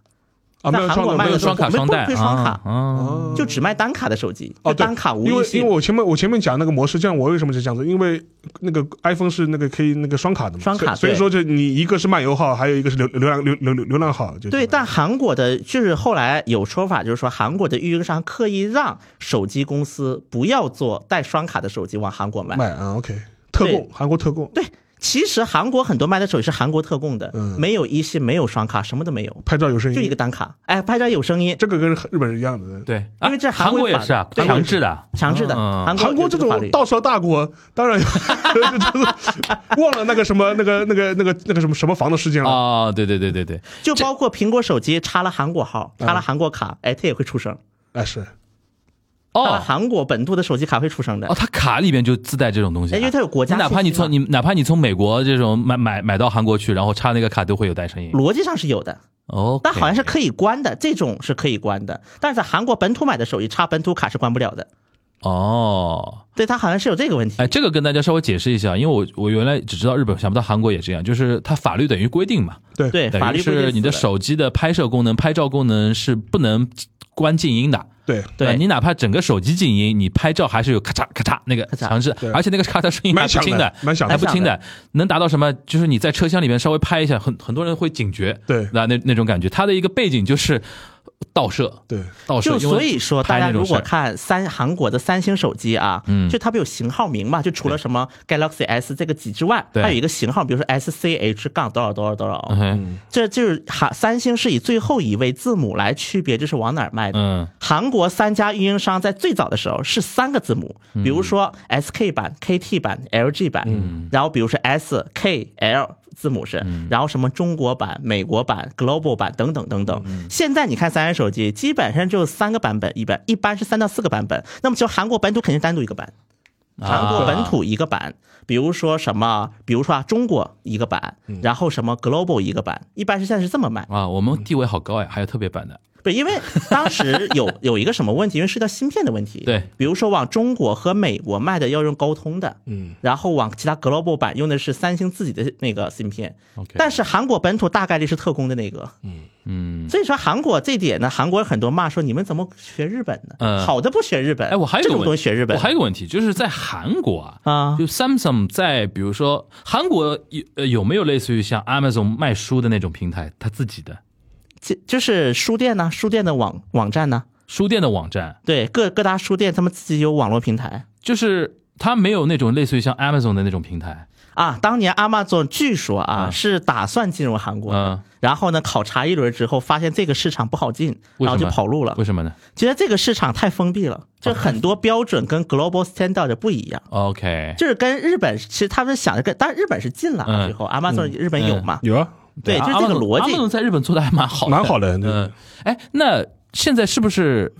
S4: 啊，没有
S6: 在韩
S4: 双
S6: 国
S4: 的
S6: 卖
S4: 没
S5: 有
S4: 有
S6: 的
S5: 双卡
S6: 我们
S5: 双待
S6: 不推双卡
S5: 啊啊
S6: 就只卖单卡的手机，
S4: 哦，
S6: 就
S4: 对
S6: 单卡无
S4: 因为
S6: 异
S4: 因
S6: 性
S4: 为。我前面我前面讲那个模式，这样我为什么是这样子？因为那个 iPhone 是那个可以那个双卡的嘛，
S6: 双卡
S4: 所以
S6: 对
S4: 所以说就你一个是漫游号，还有一个是流流量流流流流量号，就
S6: 对，但韩国的就是后来有说法，就是说韩国的运营商刻意让手机公司不要做带双卡的手机往韩国卖。
S4: 买啊，OK，特供
S6: 对
S4: 韩国特供，
S6: 对，其实韩国很多卖的手机是韩国特供的，
S4: 嗯
S6: 没有一系，没有双卡，什么都没有，
S4: 拍照有声音，
S6: 就一个单卡。哎，拍照有声音，
S4: 这个跟日本是一样的。
S5: 对，啊
S6: 因为这是
S5: 韩
S6: 韩
S5: 国
S6: 国
S5: 也
S6: 法
S5: 是啊，
S6: 对
S5: 强制的，
S6: 强制的。
S5: 嗯
S6: 韩国
S4: 韩国这
S6: 有法
S4: 种
S6: 律
S4: 倒车大国，当然有 [LAUGHS] 就是忘了那个什么那个那个那个那个什么什么房的事
S6: 啊
S4: 件了。
S5: 哦，对对对对对，
S6: 就包括苹果手机插了韩国号，插了韩国卡，哎，它也会出声。
S4: 哎，是
S6: 插了
S5: 哦
S6: 韩国本土的手机卡会出声的
S5: 哦，。它卡里边就自带这种东西啊，
S6: 哎因为它有国家
S5: 你哪怕
S6: 信息
S5: 你从
S6: 嘛
S5: 你哪怕你从美国这种买买买到韩国去，然后插那个卡都会有带声音。
S6: 逻辑上是有的，
S5: 哦，
S6: 但好像是可以关的，这种是可以关的。但是在韩国本土买的手机插本土卡是关不了的。
S5: 哦，
S6: 对，它好像是有这个问题。
S5: 哎，这个跟大家稍微解释一下，因为我我原来只知道日本，想不到韩国也这样，就是它法律等于规定嘛，
S4: 对
S6: 对，
S5: 等
S6: 法
S5: 于
S6: 律规定
S5: 是
S6: 死
S5: 你的
S6: 了
S5: 手机的拍摄功能、拍照功能是不能关静音的。
S4: 对
S5: 呃
S6: 对
S5: 你哪怕整个手机静音，你拍照还是有咔嚓咔嚓那个
S6: 嚓
S5: 强制
S4: 对，
S5: 而且那个咔嚓声音还
S4: 蛮
S5: 不
S4: 响
S5: 轻
S4: 的，蛮响
S5: 还
S4: 的
S5: 不
S6: 蛮响
S5: 轻
S6: 的
S5: 的，能达到什么？就是你在车厢里面稍微拍一下，很很多人会警觉，
S4: 对
S5: 那那那种感觉。它的一个背景就是倒射，
S4: 对，
S5: 倒射，
S6: 就
S5: 因为
S6: 所以说，大
S5: 拍
S6: 家
S5: 那种
S6: 如果
S5: 事儿
S6: 看三韩国的三星手机啊，
S5: 嗯
S6: 就它不有型号名嘛？就除了什么 Galaxy S 这个几之外，
S5: 对
S6: 它有一个型号，比如说 SCH 杠多少多少多
S5: 嗯
S6: 少，
S5: 哼
S6: 这就是韩三星是以最后一位字母来区别，这是往哪儿卖的。
S5: 嗯
S6: 韩国三家运营商在最早的时候是三个字母，比如说 SK 版、KT 版、LG 版，然后比如说 S、K、L 字母是，然后什么中国版、美国版、Global 版等等等等。现在你看三星手机基本上就三个版本，一般一般是三到四个版本，那么就韩国本土肯定单独一个版。
S5: 啊
S6: 韩国本土一个版，比如说什么，比如说啊，中国一个版，然后什么 global 一个版，一般是现在是这么卖。
S5: 啊，我们地位好高呀，还有特别版的，
S6: 不，因为当时
S5: [LAUGHS]
S6: 有有一个什么问题，因为涉及到芯片的问题。
S5: 对，
S6: 比如说往中国和美国卖的要用高通的，
S4: 嗯，
S6: 然后往其他 global 版用的是三星自己的那个芯片。
S5: OK
S6: 但是韩国本土大概率是特供的那个。
S5: 嗯。
S6: 所以说韩国这点呢，韩国很多骂说你们怎么学日本呢？
S5: 嗯
S6: 好的不学日本。
S5: 哎，我还有
S6: 呃这
S5: 一个
S6: 种东
S5: 问
S6: 西学日本，
S5: 我还有一个问题，就是在韩国啊，
S6: 啊
S5: 就 Samsung 在比如说韩国有呃有没有类似于像 Amazon 卖书的那种平台，它自己的
S6: 就就是书店呢、书店的网网站呢、
S5: 书店的网站，
S6: 对各各大书店他们自己有网络平台。
S5: 就是它没有那种类似于像 Amazon 的那种平台，
S6: 啊，当年 Amazon 据说啊、
S5: 嗯
S6: 是打算进入韩国的，
S5: 嗯
S6: 然后呢考察一轮之后，发现这个市场不好进，
S5: 为什
S6: 然后
S5: 么
S6: 就跑路了
S5: 为。什么呢
S6: 觉得这个市场太封闭了，就很多标准跟 global standard 不一样，
S5: ？OK，
S6: 就是跟日本其实他们想的跟，当然日本是进了
S5: 嗯
S6: 啊最后 Amazon 日本有嘛，
S4: 有啊，
S6: 对，就是这个逻辑。
S5: Amazon 在日本做的还蛮
S6: 哦
S5: 好，
S4: 蛮好的对
S6: 呃
S5: 嗯，哎，那现在是不是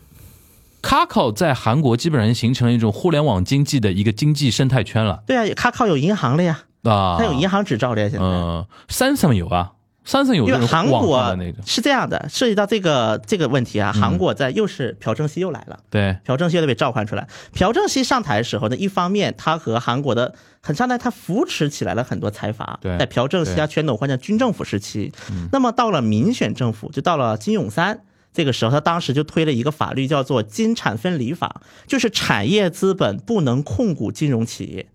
S5: Kakao 在韩国基本上形成了一种互联网经济的一个经济生态圈了
S6: 对啊，卡靠有银行了呀，
S5: 啊？
S6: 它有银行执照了呀，现在。
S5: 嗯，Samsung 有啊，Samsung 有
S6: 因
S5: 这
S6: 为
S5: 种
S6: 韩
S5: 网化
S6: 国啊
S5: 的那种，嗯
S6: 是这样的，涉及到这个这个问题啊，韩国在又是朴正熙又来了，
S5: 对，
S6: 朴正熙又被召唤出来。朴正熙上台的时候呢，一方面他和韩国的很上台，他扶持起来了很多财阀
S5: 对，嗯
S6: 在朴正熙啊、全斗焕的军政府时期，那么到了民选政府，就到了金泳三。这个时候，他当时就推了一个法律，叫做《金产分离法》，就是产业资本不能控股金融企业，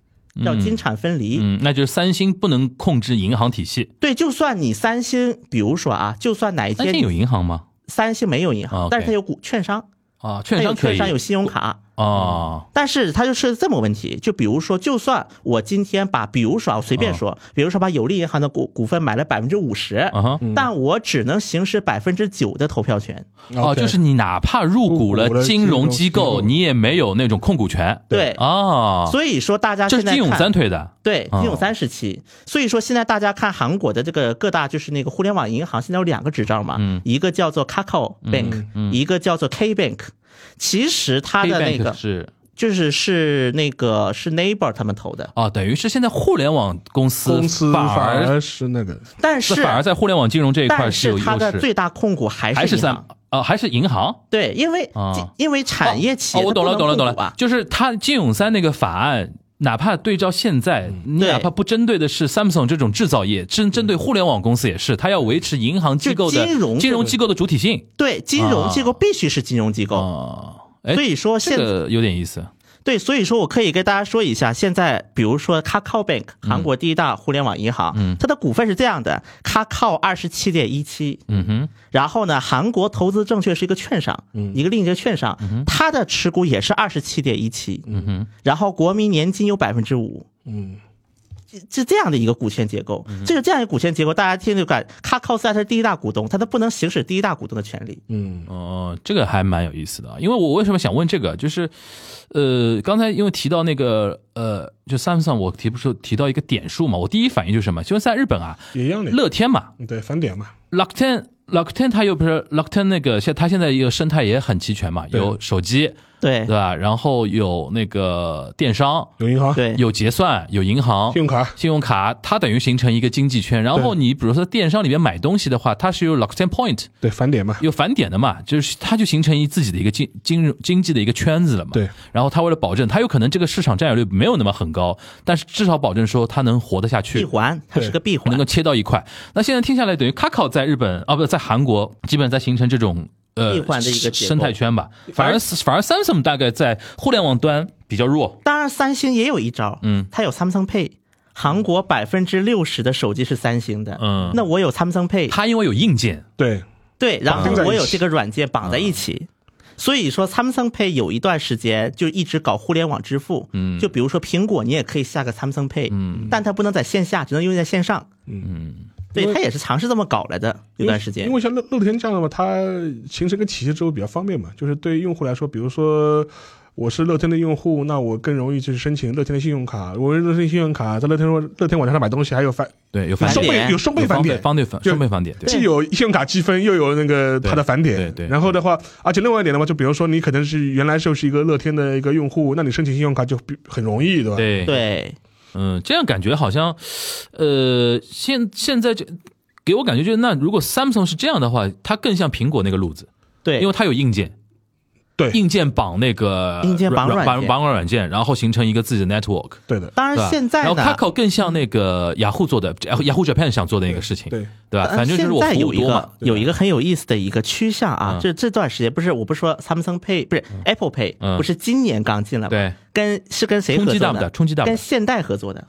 S6: 叫金产分离。
S5: 嗯，那就是三星不能控制银行体系，
S6: 对，就算你三星，比如说啊，就算哪一
S5: 三
S6: 天
S5: 星有银行吗？
S6: 三星没有银
S5: 啊
S6: 行
S5: ，OK，
S6: 但是它有股券商，
S5: 啊，
S6: 它
S5: 券
S6: 有
S5: 商可
S6: 券
S5: 以
S6: 商有信用卡，
S5: 啊，
S6: 但是它就是这么个问题，就比如说，就算我今天把，比如说啊，我随便说，比如说把有利银行的股股份买了百分之五十
S5: 啊哈，
S6: 但我只能行使百分之九的投票权。
S5: 哦，
S4: OK
S5: 就是你哪怕入股
S4: 入股
S5: 了
S4: 了
S5: 金融机构，
S4: 金融机构
S5: 你也没有那种控股权。
S6: 对
S5: 啊，
S6: 所以说大家
S5: 这是
S6: 现在
S5: 金
S6: 看
S5: 永三推的。
S6: 对
S5: 哦
S6: 金永三时期，所以说现在大家看韩国的这个各大就是那个互联网银行，现在有两个执照嘛，
S5: 嗯
S6: 一个叫做 Kakao Bank，、一个叫做 K Bank。其实它的那
S5: K-Bank
S6: 个
S5: 是
S6: 就是是那个是 Neighbor 他们投的，
S5: 啊，等于是现在互联网公司
S4: 公司
S5: 反
S4: 反
S5: 而
S4: 而是那个
S6: 但是
S5: 反而在互联网金融这一块
S6: 但
S5: 是有
S6: 是
S5: 优
S6: 它的
S5: 势，
S6: 最大控股还
S5: 还是
S6: 是银
S5: 三
S6: 行，
S5: 啊，还是银行？
S6: 对，因为、
S5: 啊
S6: 因为产业企
S5: 哦，
S6: 业、
S5: 我懂了，懂了，懂了
S6: 啊，。
S5: 就是他金永三那个法案，哪怕对照现在，你
S6: 嗯对嗯
S5: 哪怕不针对的是 Samsung 这种制造业，针针对互联网公司也是，他要维持银行机构的
S6: 就金融
S5: 金融机构的主体性。
S6: 对，金融机构必须是金融机构。
S5: 啊哦，哎，
S6: 所以说现
S5: 这个有点意思。
S6: 对，所以说我可以跟大家说一下，现在比如说 Kakao Bank，韩
S5: 嗯
S6: 国第一大互联网银行，它的股份是这样的：Kakao 二十七点一七，
S5: 嗯哼，
S6: 然后呢，韩国投资证券是一个券商，
S5: 嗯
S6: 一个另一个券商，它的持股也是二十七点一七，
S5: 嗯
S6: 然后国民年金有百分之五，
S4: 嗯，
S6: 是这样的一个股权结构，
S5: 嗯
S6: 这是这样一个股权结构，大家听就感，Kakao 虽然它是第一大股东，但它不能行使第一大股东的权利，
S4: 嗯
S5: 哦，这个还蛮有意思的啊，因为我为什么想问这个，就是，呃，刚才因为提到那个，呃，就 Samsung，我提不出提到一个点数嘛，我第一反应就是什么？就是在日本啊，
S4: 也一样的，
S5: 乐天嘛，
S4: 对返点嘛，
S5: Lockten Lockten 它又不是 Lockten 那个现它现在一个生态也很齐全嘛，
S4: 对
S5: 有手机
S6: 对
S5: 对啊吧？然后有那个电商，
S4: 有银行，，
S6: 对，
S5: 有结算，有银行。
S4: 信用卡，
S5: 信用卡，它等于形成一个经济圈。然后
S4: 对
S5: 你比如说电商里面买东西的话，它是有 Lockten Point
S4: 对返点嘛，
S5: 有返点的嘛，就是它就形成一自己的一个经金融经济的一个圈子了嘛。
S4: 对。
S5: 然后它为了保证，它有可能这个市场占有率没有那么很高，但是至少保证说它能活得下去。
S6: 闭环，它是个闭环
S5: 能够，切到一块。那现在听下来，等于 Kakao 在日本啊，不在韩国，基本在形成这种呃
S6: 闭环的一个结构
S5: 生态圈吧。反而反而 Samsung 大概在互联网端比较弱。
S6: 当然，三星也有一招，
S5: 嗯，
S6: 它有 Samsung Pay。韩国百分之六十的手机是三星的，
S5: 嗯
S6: 那我有 Samsung Pay，
S5: 它因为有硬件，
S4: 对，
S6: 对，然后
S4: 绑在一
S6: 我有
S4: 起
S6: 这个软件绑在一起，所以说 Samsung Pay 有一段时间就一直搞互联网支付，嗯，就比如说苹果，你也可以下个 Samsung Pay，嗯，但它不能在线下，只能用在线上，嗯，对，它也是尝试这么搞来的，有段时间
S4: 因为，像乐乐天这样的嘛，它形成一个体系之后比较方便嘛，就是对于用户来说，比如说。我是乐天的用户，那我更容易就是申请乐天的信用卡。我用乐天信用卡，在乐天乐天网站上买东西，还有返
S5: 对，有
S4: 有
S5: 返
S4: 双
S5: 点，
S4: 倍
S6: 点
S4: 有双倍返点，
S5: 方便返
S4: 就
S5: 双倍返点，对。
S4: 既有信用卡积分，又有那个它的返点。
S5: 对对对
S4: 然后的话，而且另外一点的话，就比如说你可能是原来就是一个乐天的一个用户，那你申请信用卡就比很容易，对吧？
S5: 对，
S6: 对，
S5: 嗯，这样感觉好像，呃，现现在就给我感觉就是，那如果 Samsung 是这样的话，它更像苹果那个路子，
S6: 对，
S5: 因为它有硬件，
S4: 对
S5: 硬件绑那个
S6: 硬件绑
S5: 软
S6: 软
S5: 绑
S6: 件
S5: 绑软件，然后形成一个自己的 network。
S4: 对的。
S6: 当
S5: 对
S6: 然
S5: 吧
S6: 现在
S5: 然后
S6: 呢，
S5: Kakao 更像那个雅虎做的，雅虎 Japan 想做的那个事情，
S4: 对
S5: 对吧？
S6: 呃
S5: 反正就是我
S6: 现在
S5: 服务
S6: 有一
S5: 多
S6: 个
S5: 嘛，
S6: 有一个很有意思的一个趋向啊
S5: 嗯，
S6: 这这段时间不是我不是说 Samsung Pay 不是
S5: 嗯
S6: Apple Pay 不是今年刚进来吗？
S5: 对，
S6: 跟是跟谁
S5: 冲
S6: 合
S5: 击
S6: 作
S5: 大不大
S6: 的？
S5: 冲击大不大
S6: 跟现代合作的，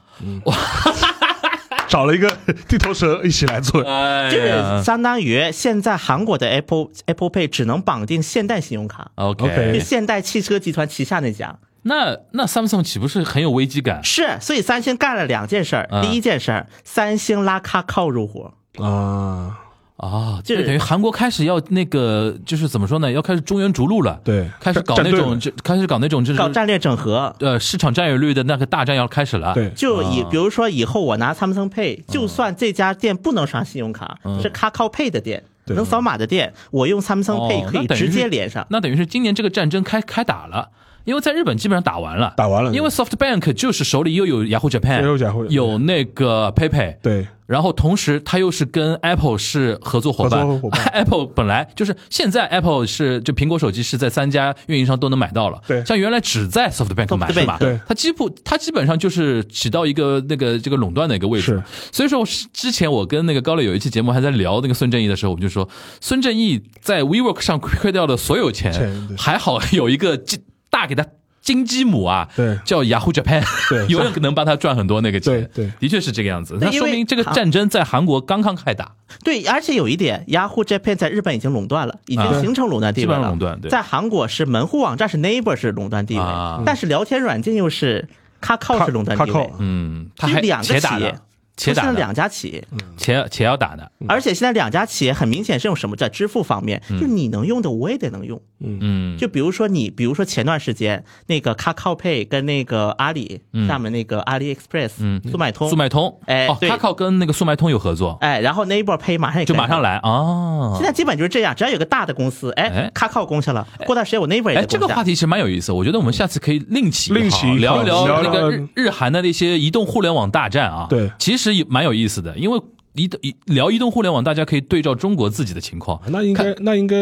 S4: 找了一个 [LAUGHS] 地头蛇一起来做，
S5: 哎
S6: 就是
S5: 呀
S6: 相当于现在韩国的 Apple Apple Pay 只能绑定现代信用卡，就
S5: ，OK，
S4: OK
S6: 现代汽车集团旗下那家。
S5: 那那 Samsung 岂不是很有危机感？
S6: 是，所以三星干了两件事儿
S5: 嗯。
S6: 第一件事儿，三星拉卡靠入伙。
S4: 啊，
S5: 啊，
S6: 就是
S5: 这等于韩国开始要那个，就是怎么说呢？要开始中原逐鹿了，
S4: 对
S5: 开始搞
S4: 战
S5: 那
S4: 战队
S5: 种，
S4: 了
S5: 就开始搞那种，就是
S6: 搞战略整合。
S5: 呃市场占有率的那个大战要开始了，
S4: 对，
S6: 就以
S5: 嗯
S6: 比如说以后我拿 Samsung Pay，就算这家店不能刷信用卡，
S5: 嗯
S6: 是卡靠 Pay 的店，
S4: 对
S6: 能扫码的店，我用 Samsung
S5: 哦，
S6: Pay 可
S5: 那
S6: 以
S5: 等于
S6: 直接
S5: 是
S6: 连上。
S5: 那等于是今年这个战争开开打了。因为在日本基本上打完了，
S4: 打完了
S5: 因为 SoftBank 就是手里又有 Yahoo Japan，
S4: 又有 Yahoo
S5: 有那个 PayPay，
S4: 对
S5: 然后同时，它又是跟 Apple 是合作伙伴。
S4: 合作伙伴
S5: [LAUGHS] Apple 本来就是现在 Apple 是就苹果手机是在三家运营商都能买到了。
S4: 对
S5: 像原来只在 SoftBank 买是吧？
S6: SoftBank
S4: 对
S5: 它基本它基本上就是起到一个那个这个垄断的一个位置
S4: 是。
S5: 所以说，之前我跟那个高磊有一期节目还在聊那个孙正义的时候，我们就说孙正义在 WeWork 上亏掉的所有钱
S4: 钱，对
S5: 还好有一个金大给他金鸡母啊，
S4: 对
S5: 叫 Yahoo Japan，[LAUGHS]
S4: 对
S5: 有人能帮他赚很多那个钱，
S4: 对对
S5: 的确是这个样子。
S6: 那
S5: 那
S6: 因
S5: 说
S6: 为
S5: 明这个
S6: 韩
S5: 战争在韩国刚刚开打，
S6: 对，而且有一点，Yahoo Japan 在日本已经垄断了，已
S5: 啊
S6: 经形成垄断地
S5: 基
S6: 位
S5: 本上
S6: 了。
S5: 垄断对
S6: 在韩国是门户网站是 Neighbor 是垄断地位，
S5: 啊
S6: 但是聊天软件又是 Kakao 是垄断地位
S4: Kakao，
S5: 嗯，他
S6: 就
S5: 还
S6: 两个
S5: 且打
S6: 企业
S5: 呢，且打嗯
S6: 是
S5: 呢，
S6: 两家企业，
S5: 且且要打呢，
S6: 而且现在两家企业很明显是用什么在支付方面，就你能用的我也得能用。
S5: 嗯，
S6: 就比如说你，比如说前段时间那个 Kakao Pay 跟那个阿里厦门那个阿里 Express 速卖
S5: 嗯
S6: 通
S5: 速，卖通，
S6: 哎
S5: 哦，
S6: 对
S5: 他靠跟那个速卖通有合作，
S6: 哎，然后 Neighbor Pay 马上也
S5: 就
S6: 跟
S5: 马上
S6: 了。
S5: 来啊
S6: 现。在基本就是这样，只要有个大的公司，
S5: 哎
S6: 哎，卡靠攻下了，过段时间我 Neighbor 也
S5: 哎，
S6: 得
S5: 这
S6: 攻
S5: 个
S6: 下。
S5: 话题其实蛮有意思，我觉得我们下次可以另起一
S4: 另
S5: 行
S4: 起一
S5: 聊一
S4: 行
S5: 聊
S4: 聊
S5: 那
S4: 聊
S6: 嗯
S5: 个日日韩的那些移动互联网大战啊。
S4: 对
S5: 其实也蛮有意思的，因为移动移聊移动互联网，大家可以对照中国自己的情况，
S4: 那应该那应该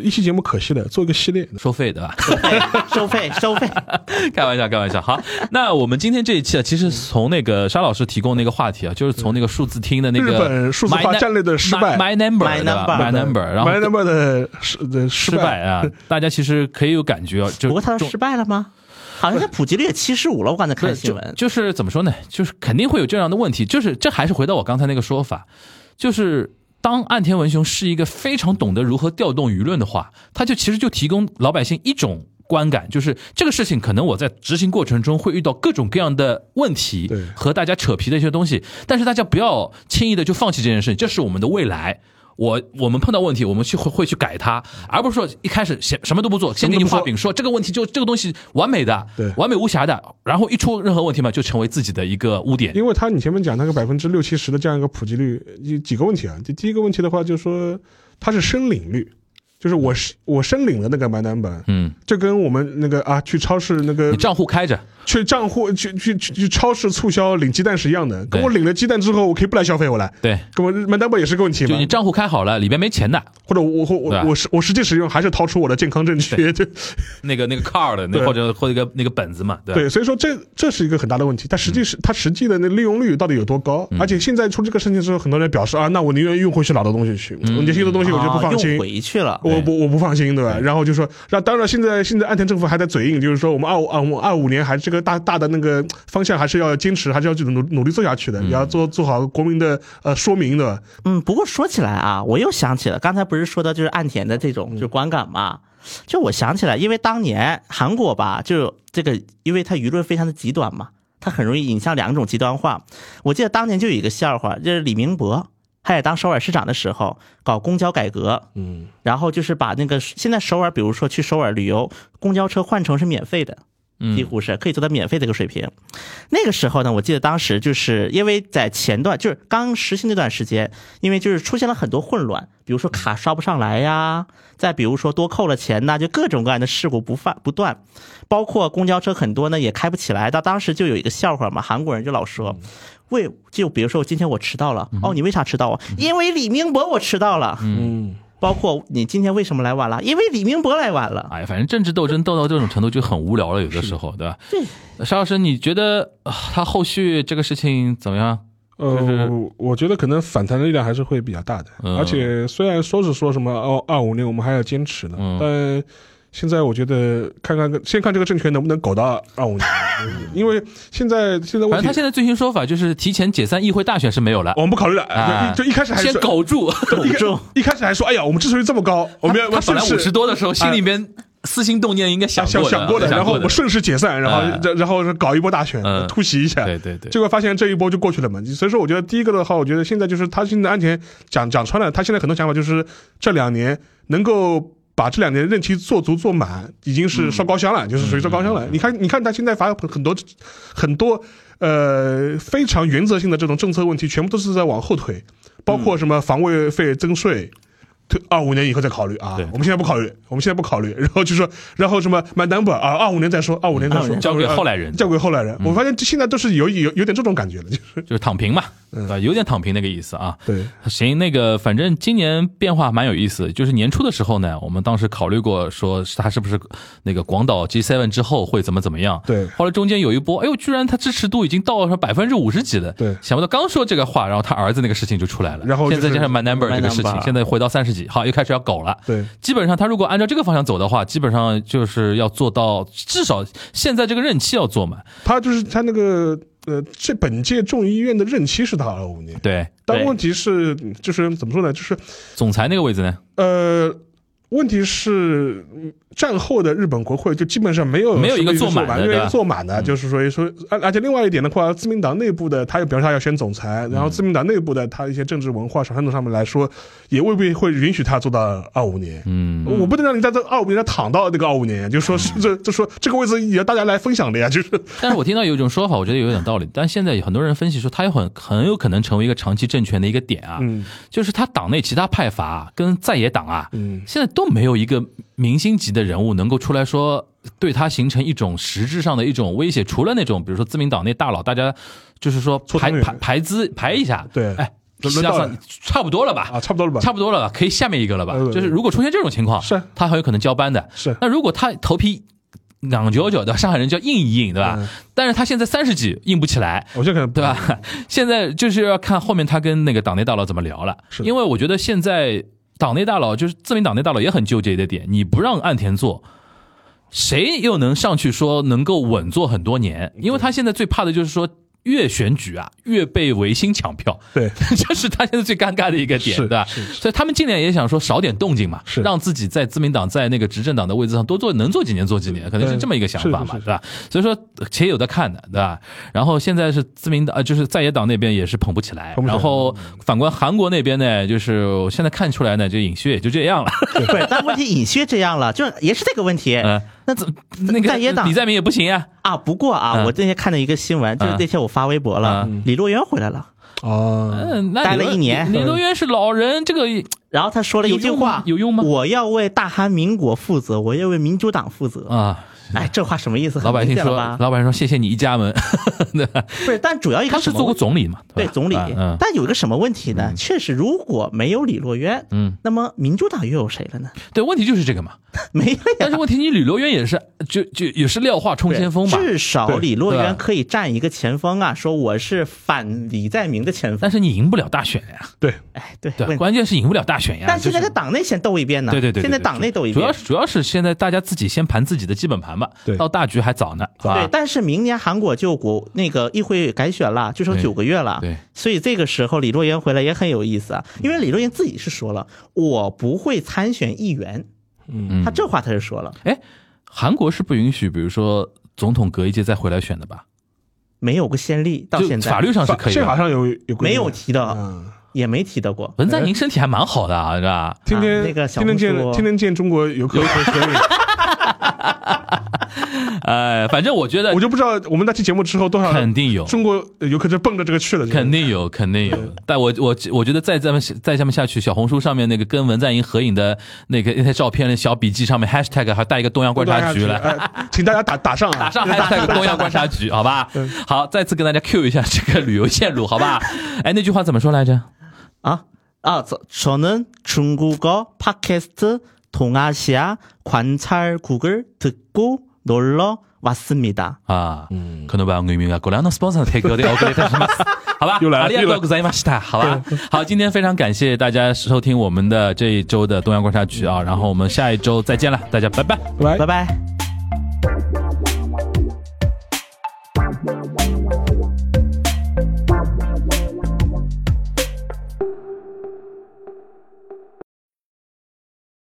S4: 一期节目可惜了，做一个系列。
S5: 收费对吧？
S6: [LAUGHS] 收费收
S4: [LAUGHS]
S6: 费，
S5: [LAUGHS] 开玩笑，开玩笑。好，那我们今天这一期啊，其实从那个沙老师提供那个话题啊，就是从那个数字厅的那个
S4: 日本数字化
S5: My Num-
S4: 战略的失败
S5: My My Number
S6: My
S5: 对吧
S6: Number
S5: My Number，然后
S4: My Number 的失的失
S5: 失败
S4: 败，
S5: 啊，大家其实可以有感觉啊，就
S6: 不过他
S5: 中
S6: 失败了吗？好像现在普及率也七十五了，我刚才
S5: 不
S6: 看
S5: 是
S6: 新
S5: 就
S6: 闻。
S5: 就是怎么说呢？就是肯定会有这样的问题，就是这还是回到我刚才那个说法，就是当岸田文雄是一个非常懂得如何调动舆论的话，他就其实就提供老百姓一种。观感就是这个事情，可能我在执行过程中会遇到各种各样的问题
S4: 对
S5: 和大家扯皮的一些东西，但是大家不要轻易的就放弃这件事情，这是我们的未来。我我们碰到问题，我们去会会去改它，而不是说一开始先什么都不做，先给你画饼，说这个问题就这个东西完美的，
S4: 对
S5: 完美无瑕的，然后一出任何问题嘛，就成为自己的一个污点。
S4: 因为他你前面讲那个百分之六七十的这样一个普及率，有几个问题啊？就第一个问题的话，就是说它是申领率，就是我是我申领了那个 My Number，
S5: 嗯，
S4: 这跟我们那个啊去超市那个
S5: 你账户开着，
S4: 去账户去去去去超市促销领鸡蛋是一样的，
S5: 对
S4: 跟我领了鸡蛋之后，我可以不来消费，我来，
S5: 对，
S4: 跟我 My Number 也是个问题
S5: 就
S4: 嘛
S5: 你。账户开好了，里边没钱的，
S4: 或者我我
S5: 对吧
S4: 我我实我实际使用还是掏出我的健康证据， [LAUGHS] 就
S5: 那个那个 card 那
S4: 对
S5: 或者或者一个那个本子嘛，对吧
S4: 对，所以说这这是一个很大的问题，但实际是、它实际的那利用率到底有多高？而且现在出这个事情之后，很多人表示啊，那我宁愿用回去老的东西去，年轻的东西我就不
S6: 啊
S4: 放心
S6: 用。回去了，
S4: 我不我不放心，对吧？然后就说，那当然现在现在岸田政府还在嘴硬，就是说我们二五啊，我们二五年还是这个大大的那个方向还是要坚持，还是要去努努力做下去的，也要做做好国民的呃说明的。
S6: 嗯，不过说起来啊，我又想起了刚才不是说到就是岸田的这
S4: 嗯
S6: 种就是观感嘛，就我想起来，因为当年韩国吧，就这个，因为它舆论非常的极端嘛，它很容易引向两种极端化。我记得当年就有一个笑话，就是李明博他也当首尔市长的时候搞公交改革，嗯，然后就是把那个现在首尔，比如说去首尔旅游，公交车换乘是免费的，
S5: 嗯
S6: 几乎是可以做到免费的一个水平。那个时候呢，我记得当时就是因为在前段，就是刚实行那段时间，因为就是出现了很多混乱，比如说卡刷不上来呀，再比如说多扣了钱呐、就各种各样的事故不犯不断，包括公交车很多呢也开不起来。到当时就有一个笑话嘛，韩国人就老说。为就比如说，今天我迟到了、哦，你为啥迟到啊？因为李明博我迟到了。
S4: 嗯，
S6: 包括你今天为什么来晚了？因为李明博来
S5: [LAUGHS]
S6: 晚了。
S5: 哎，反正政治斗争斗到这种程度就很无聊了，有的时候，对吧？对，沙老师，你觉得啊他后续这个事情怎么样？
S4: 呃，我我觉得可能反弹的力量还是会比较大的，
S5: 嗯
S4: 而且虽然说是说什么哦二五年我们还要坚持的，
S5: 嗯
S4: 但现在我觉得看看先看这个政权能不能搞到
S5: [LAUGHS]
S4: 二五年，嗯因为现在现在
S5: 反
S4: 问
S5: 正他
S4: 题
S5: 现在最新说法就是提前解散议会大选是没有了
S4: 我，们不考虑了，
S5: 哎
S4: 就一就一开始还
S5: 先
S4: 说
S5: 苟住。
S4: 对一开
S6: 住
S4: 一开始还说哎呀我们之所以这么高，我们要
S5: 他本来
S4: 顺势
S5: 五十多的时候，心里边私心动念应该
S4: 啊
S5: 想
S4: 哎想
S5: 过的，
S4: 过的，然后我
S5: 的
S4: 们顺势解散，然
S5: 哎
S4: 后然然后是搞一波大选
S5: 嗯
S4: 突袭一下，
S5: 对对对
S4: 结果发现这一波就过去了嘛。所以说，我觉得第一个的话，我觉得现在就是他现在安田讲讲穿了，他现在很多想法就是这两年能够。把这两年任期做足做满，已经是烧高香
S5: 嗯
S4: 了，就是属于烧高香了。你看，你看他现在反正很多很多呃非常原则性的这种政策问题，全部都是在往后推，包括什么防卫费增税，推二五年以后再考虑啊
S5: 对。
S4: 我们现在不考虑，我们现在不考虑。然后就说，然后什么买 number 啊，二五年再说，二五年再
S6: 25
S4: 说，
S6: 年
S5: 交给后来人
S4: 交给后来人。我发现这现在都是有有有点这种感觉了，就是
S5: 就是躺平嘛，对
S4: 嗯
S5: 吧？有点躺平那个意思啊。
S4: 对。
S5: 行，那个反正今年变化蛮有意思，就是年初的时候呢，我们当时考虑过说他是不是那个广岛 G7 之后会怎么怎么样。
S4: 对
S5: 后来中间有一波，哎呦，居然他支持度已经到了百分之五十几了。
S4: 对
S5: 想不到刚说这个话，然后他儿子那个事情就出来了，
S4: 然后就
S5: 现
S4: 是
S5: 在加上 My Number
S6: My
S5: 这个事情，
S6: Number
S5: 现在回到三十几，好，又开始要搞了。
S4: 对
S5: 基本上他如果按照这个方向走的话，基本上就是要做到至少现在这个任期要做满。
S4: 他就是他那个呃，这本届众议院的任期是他二五年，
S5: 对，
S4: 但
S6: 对
S4: 问题是就是怎么说呢？就是
S5: 总裁那个位置呢？
S4: 呃，问题是嗯战后的日本国会就基本上没有
S5: 没有一个
S4: 什
S5: 坐
S4: 么
S5: 满的
S4: 没有
S5: 对
S4: 一
S5: 吧嗯
S4: 个坐满的，就是说说，而而且另外一点的话，自民党内部的他又比如说他要选总裁，然后
S5: 嗯
S4: 自民党内部的他一些政治文化传统上面来说，也未必会允许他做到二五年。
S5: 嗯，
S4: 我不能让你在这二五年上躺到那个二五年，就说是这就说这个位置也要大家来分享的呀，就是
S5: 但是我听到有一种说法，我觉得有点道理。 [LAUGHS] 但现在有很多人分析说，他有很很有可能成为一个长期政权的一个点啊，
S4: 嗯
S5: 就是他党内其他派阀啊跟在野党啊，
S4: 嗯
S5: 现在都没有一个明星级的人物能够出来说对他形成一种实质上的一种威胁，除了那种比如说自民党内大佬，大家就是说
S4: 搓
S5: 排
S4: 汤圆
S5: 排排资排一下，
S4: 对
S5: 哎。
S4: 轮到
S5: 加
S4: 了
S5: 上差不多了吧？
S4: 啊，差不多了吧？
S5: 差不多了吧？可以下面一个了吧
S4: 对？对
S5: 就是如果出现这种情况，
S4: 是
S5: 他很有可能交班的。
S4: [LAUGHS] 是
S5: 那如果他头皮硬久久的，上海人叫硬一硬，对吧？
S4: 嗯
S5: 但是他现在三十几硬不起来，
S4: 我现在可能
S5: 对？吧？ [LAUGHS] 现在就是要看后面他跟那个党内大佬怎么聊了，
S4: 是的
S5: 因为我觉得现在党内大佬就是自民党内大佬也很纠结的点，你不让岸田做。谁又能上去说能够稳坐很多年？因为他现在最怕的就是说越选举啊越被维新抢票，
S4: 对，
S5: [LAUGHS] 这是他现在最尴尬的一个点，
S4: 是
S5: 对吧？
S4: 是是
S5: 所以他们尽量也想说少点动静嘛，
S4: 是
S5: 让自己在自民党在那个执政党的位置上多做，能做几年做几年，可能是
S4: 对
S5: 这么一个想法嘛，
S4: 嗯是是
S5: 对
S4: 是
S5: 吧？所以说呃且有的看的，对吧？然后现在是自民党，呃，就是在野党那边也是捧不起来
S4: 捧，不起来
S5: 然后反观韩国那边呢，就是我现在看出来呢，就尹锡悦也就这样了， [LAUGHS]
S6: 对，但问题尹薛这样了，就是也是这个问题。
S4: 哎
S5: 嗯，
S6: 那怎
S5: 那个
S6: 在野党
S5: 李在明也不行啊，
S6: 啊？不过啊，
S5: 嗯
S6: 我那天看到一个新闻，就是那天我发微博了，李洛渊回来了，
S4: 啊，
S5: 嗯，那
S6: 待了
S5: 李
S6: 一年
S5: 李李多渊是老人，这个
S6: 然后他说了一句
S5: 有用吗
S6: 话，
S5: 有用吗
S6: 我要为大韩民国负责，我要为民主党负责。
S5: 啊，
S6: 哎，这话什么意思？
S5: 老百姓
S6: 很明显
S5: 说
S6: [LAUGHS] 了吧，
S5: 老百姓说谢谢你一家门， [LAUGHS] 对吧？
S6: 不是，但主要一个
S5: 他是
S6: 什么
S5: 做过总理嘛，
S6: 对
S5: 吧
S6: 总理
S5: 啊嗯，，
S6: 但有一个什么问题呢？确实，如果没有李洛渊，
S5: 嗯，
S6: 那么民主党又有谁了呢？ [LAUGHS]
S5: 对，问题就是这个嘛。
S6: 没了
S5: 但
S6: 呀
S5: 是。问题，你李罗渊也是，就就也是廖化冲先锋嘛。
S6: 至少
S4: 对
S6: 李洛
S5: 对
S6: 渊
S5: 吧
S6: 可以占一个前锋啊，说我是反李在明的前锋。
S5: 但是你赢不了大选呀，
S4: 对，
S6: 哎，对，
S5: 对，
S6: 问
S5: 关键是赢不了大选呀。
S6: 但现在
S5: 啊就
S6: 在
S5: 是
S6: 党内先斗一遍呢。
S5: 对对对，对
S6: 现在
S5: 对
S6: 党内斗一
S5: 主
S6: 遍
S5: 要。是主要是现在大家自己先盘自己的基本盘吧，
S4: 对
S5: 到大局还早呢，好
S6: 对
S5: 吧，？
S6: 但是明年韩国就国那个议会改选了，就剩
S5: 对
S6: 九个月了。
S5: 对
S6: 所以这个时候李洛渊回来也很有意思啊，因为李洛渊自己是说了，我不会参选议员，
S5: 嗯
S6: 他这话他是说了，
S5: 哎，韩国是不允许，比如说总统隔一届再回来选的吧？
S6: 没有个先例，到
S5: 就
S6: 现在
S5: 法律上是可以啊
S4: 这好
S5: 的。嗯
S4: 像有有规定的
S6: 没有提到，
S4: 嗯，
S6: 也没提到过。
S5: 文在寅身体还蛮好的啊，是吧？
S4: 天天
S6: 啊那个小
S4: 天天
S6: 红
S4: 见
S6: 书
S4: 天天见中国游客，
S5: 哎，反正我觉得
S4: [LAUGHS] 我就不知道我们那期节目之后多少
S5: 肯定有
S4: 中国游客就奔着这个去了，
S5: 肯定有，肯定有。但我我我觉得再咱们再这么下去，小红书上面那个跟文在寅合影的那个那些照片、那小笔记上面 hashtag 还带一个东阳
S4: [LAUGHS]
S5: 观察局了。
S4: 了，请大家打打上啊，
S5: 打上 hashtag 东阳观察局，好吧？好，再次跟大家 Q 一下这个旅游线路，好吧？哎，那句话怎么说来着？
S6: 啊啊，저저는중국어팟캐스트동아시아관찰국을듣고놀러왔습니다
S5: 啊，嗯，可能把我们的国量的 sponsor 提高的，我给他什么？好吧，
S4: 又来了
S5: ありがとうございました好吧， [LAUGHS] 好，今天非常感谢大家收听我们的这一周的东阳观察局啊，然后我们下一周再见了，大家拜拜。
S4: 来
S6: 拜拜。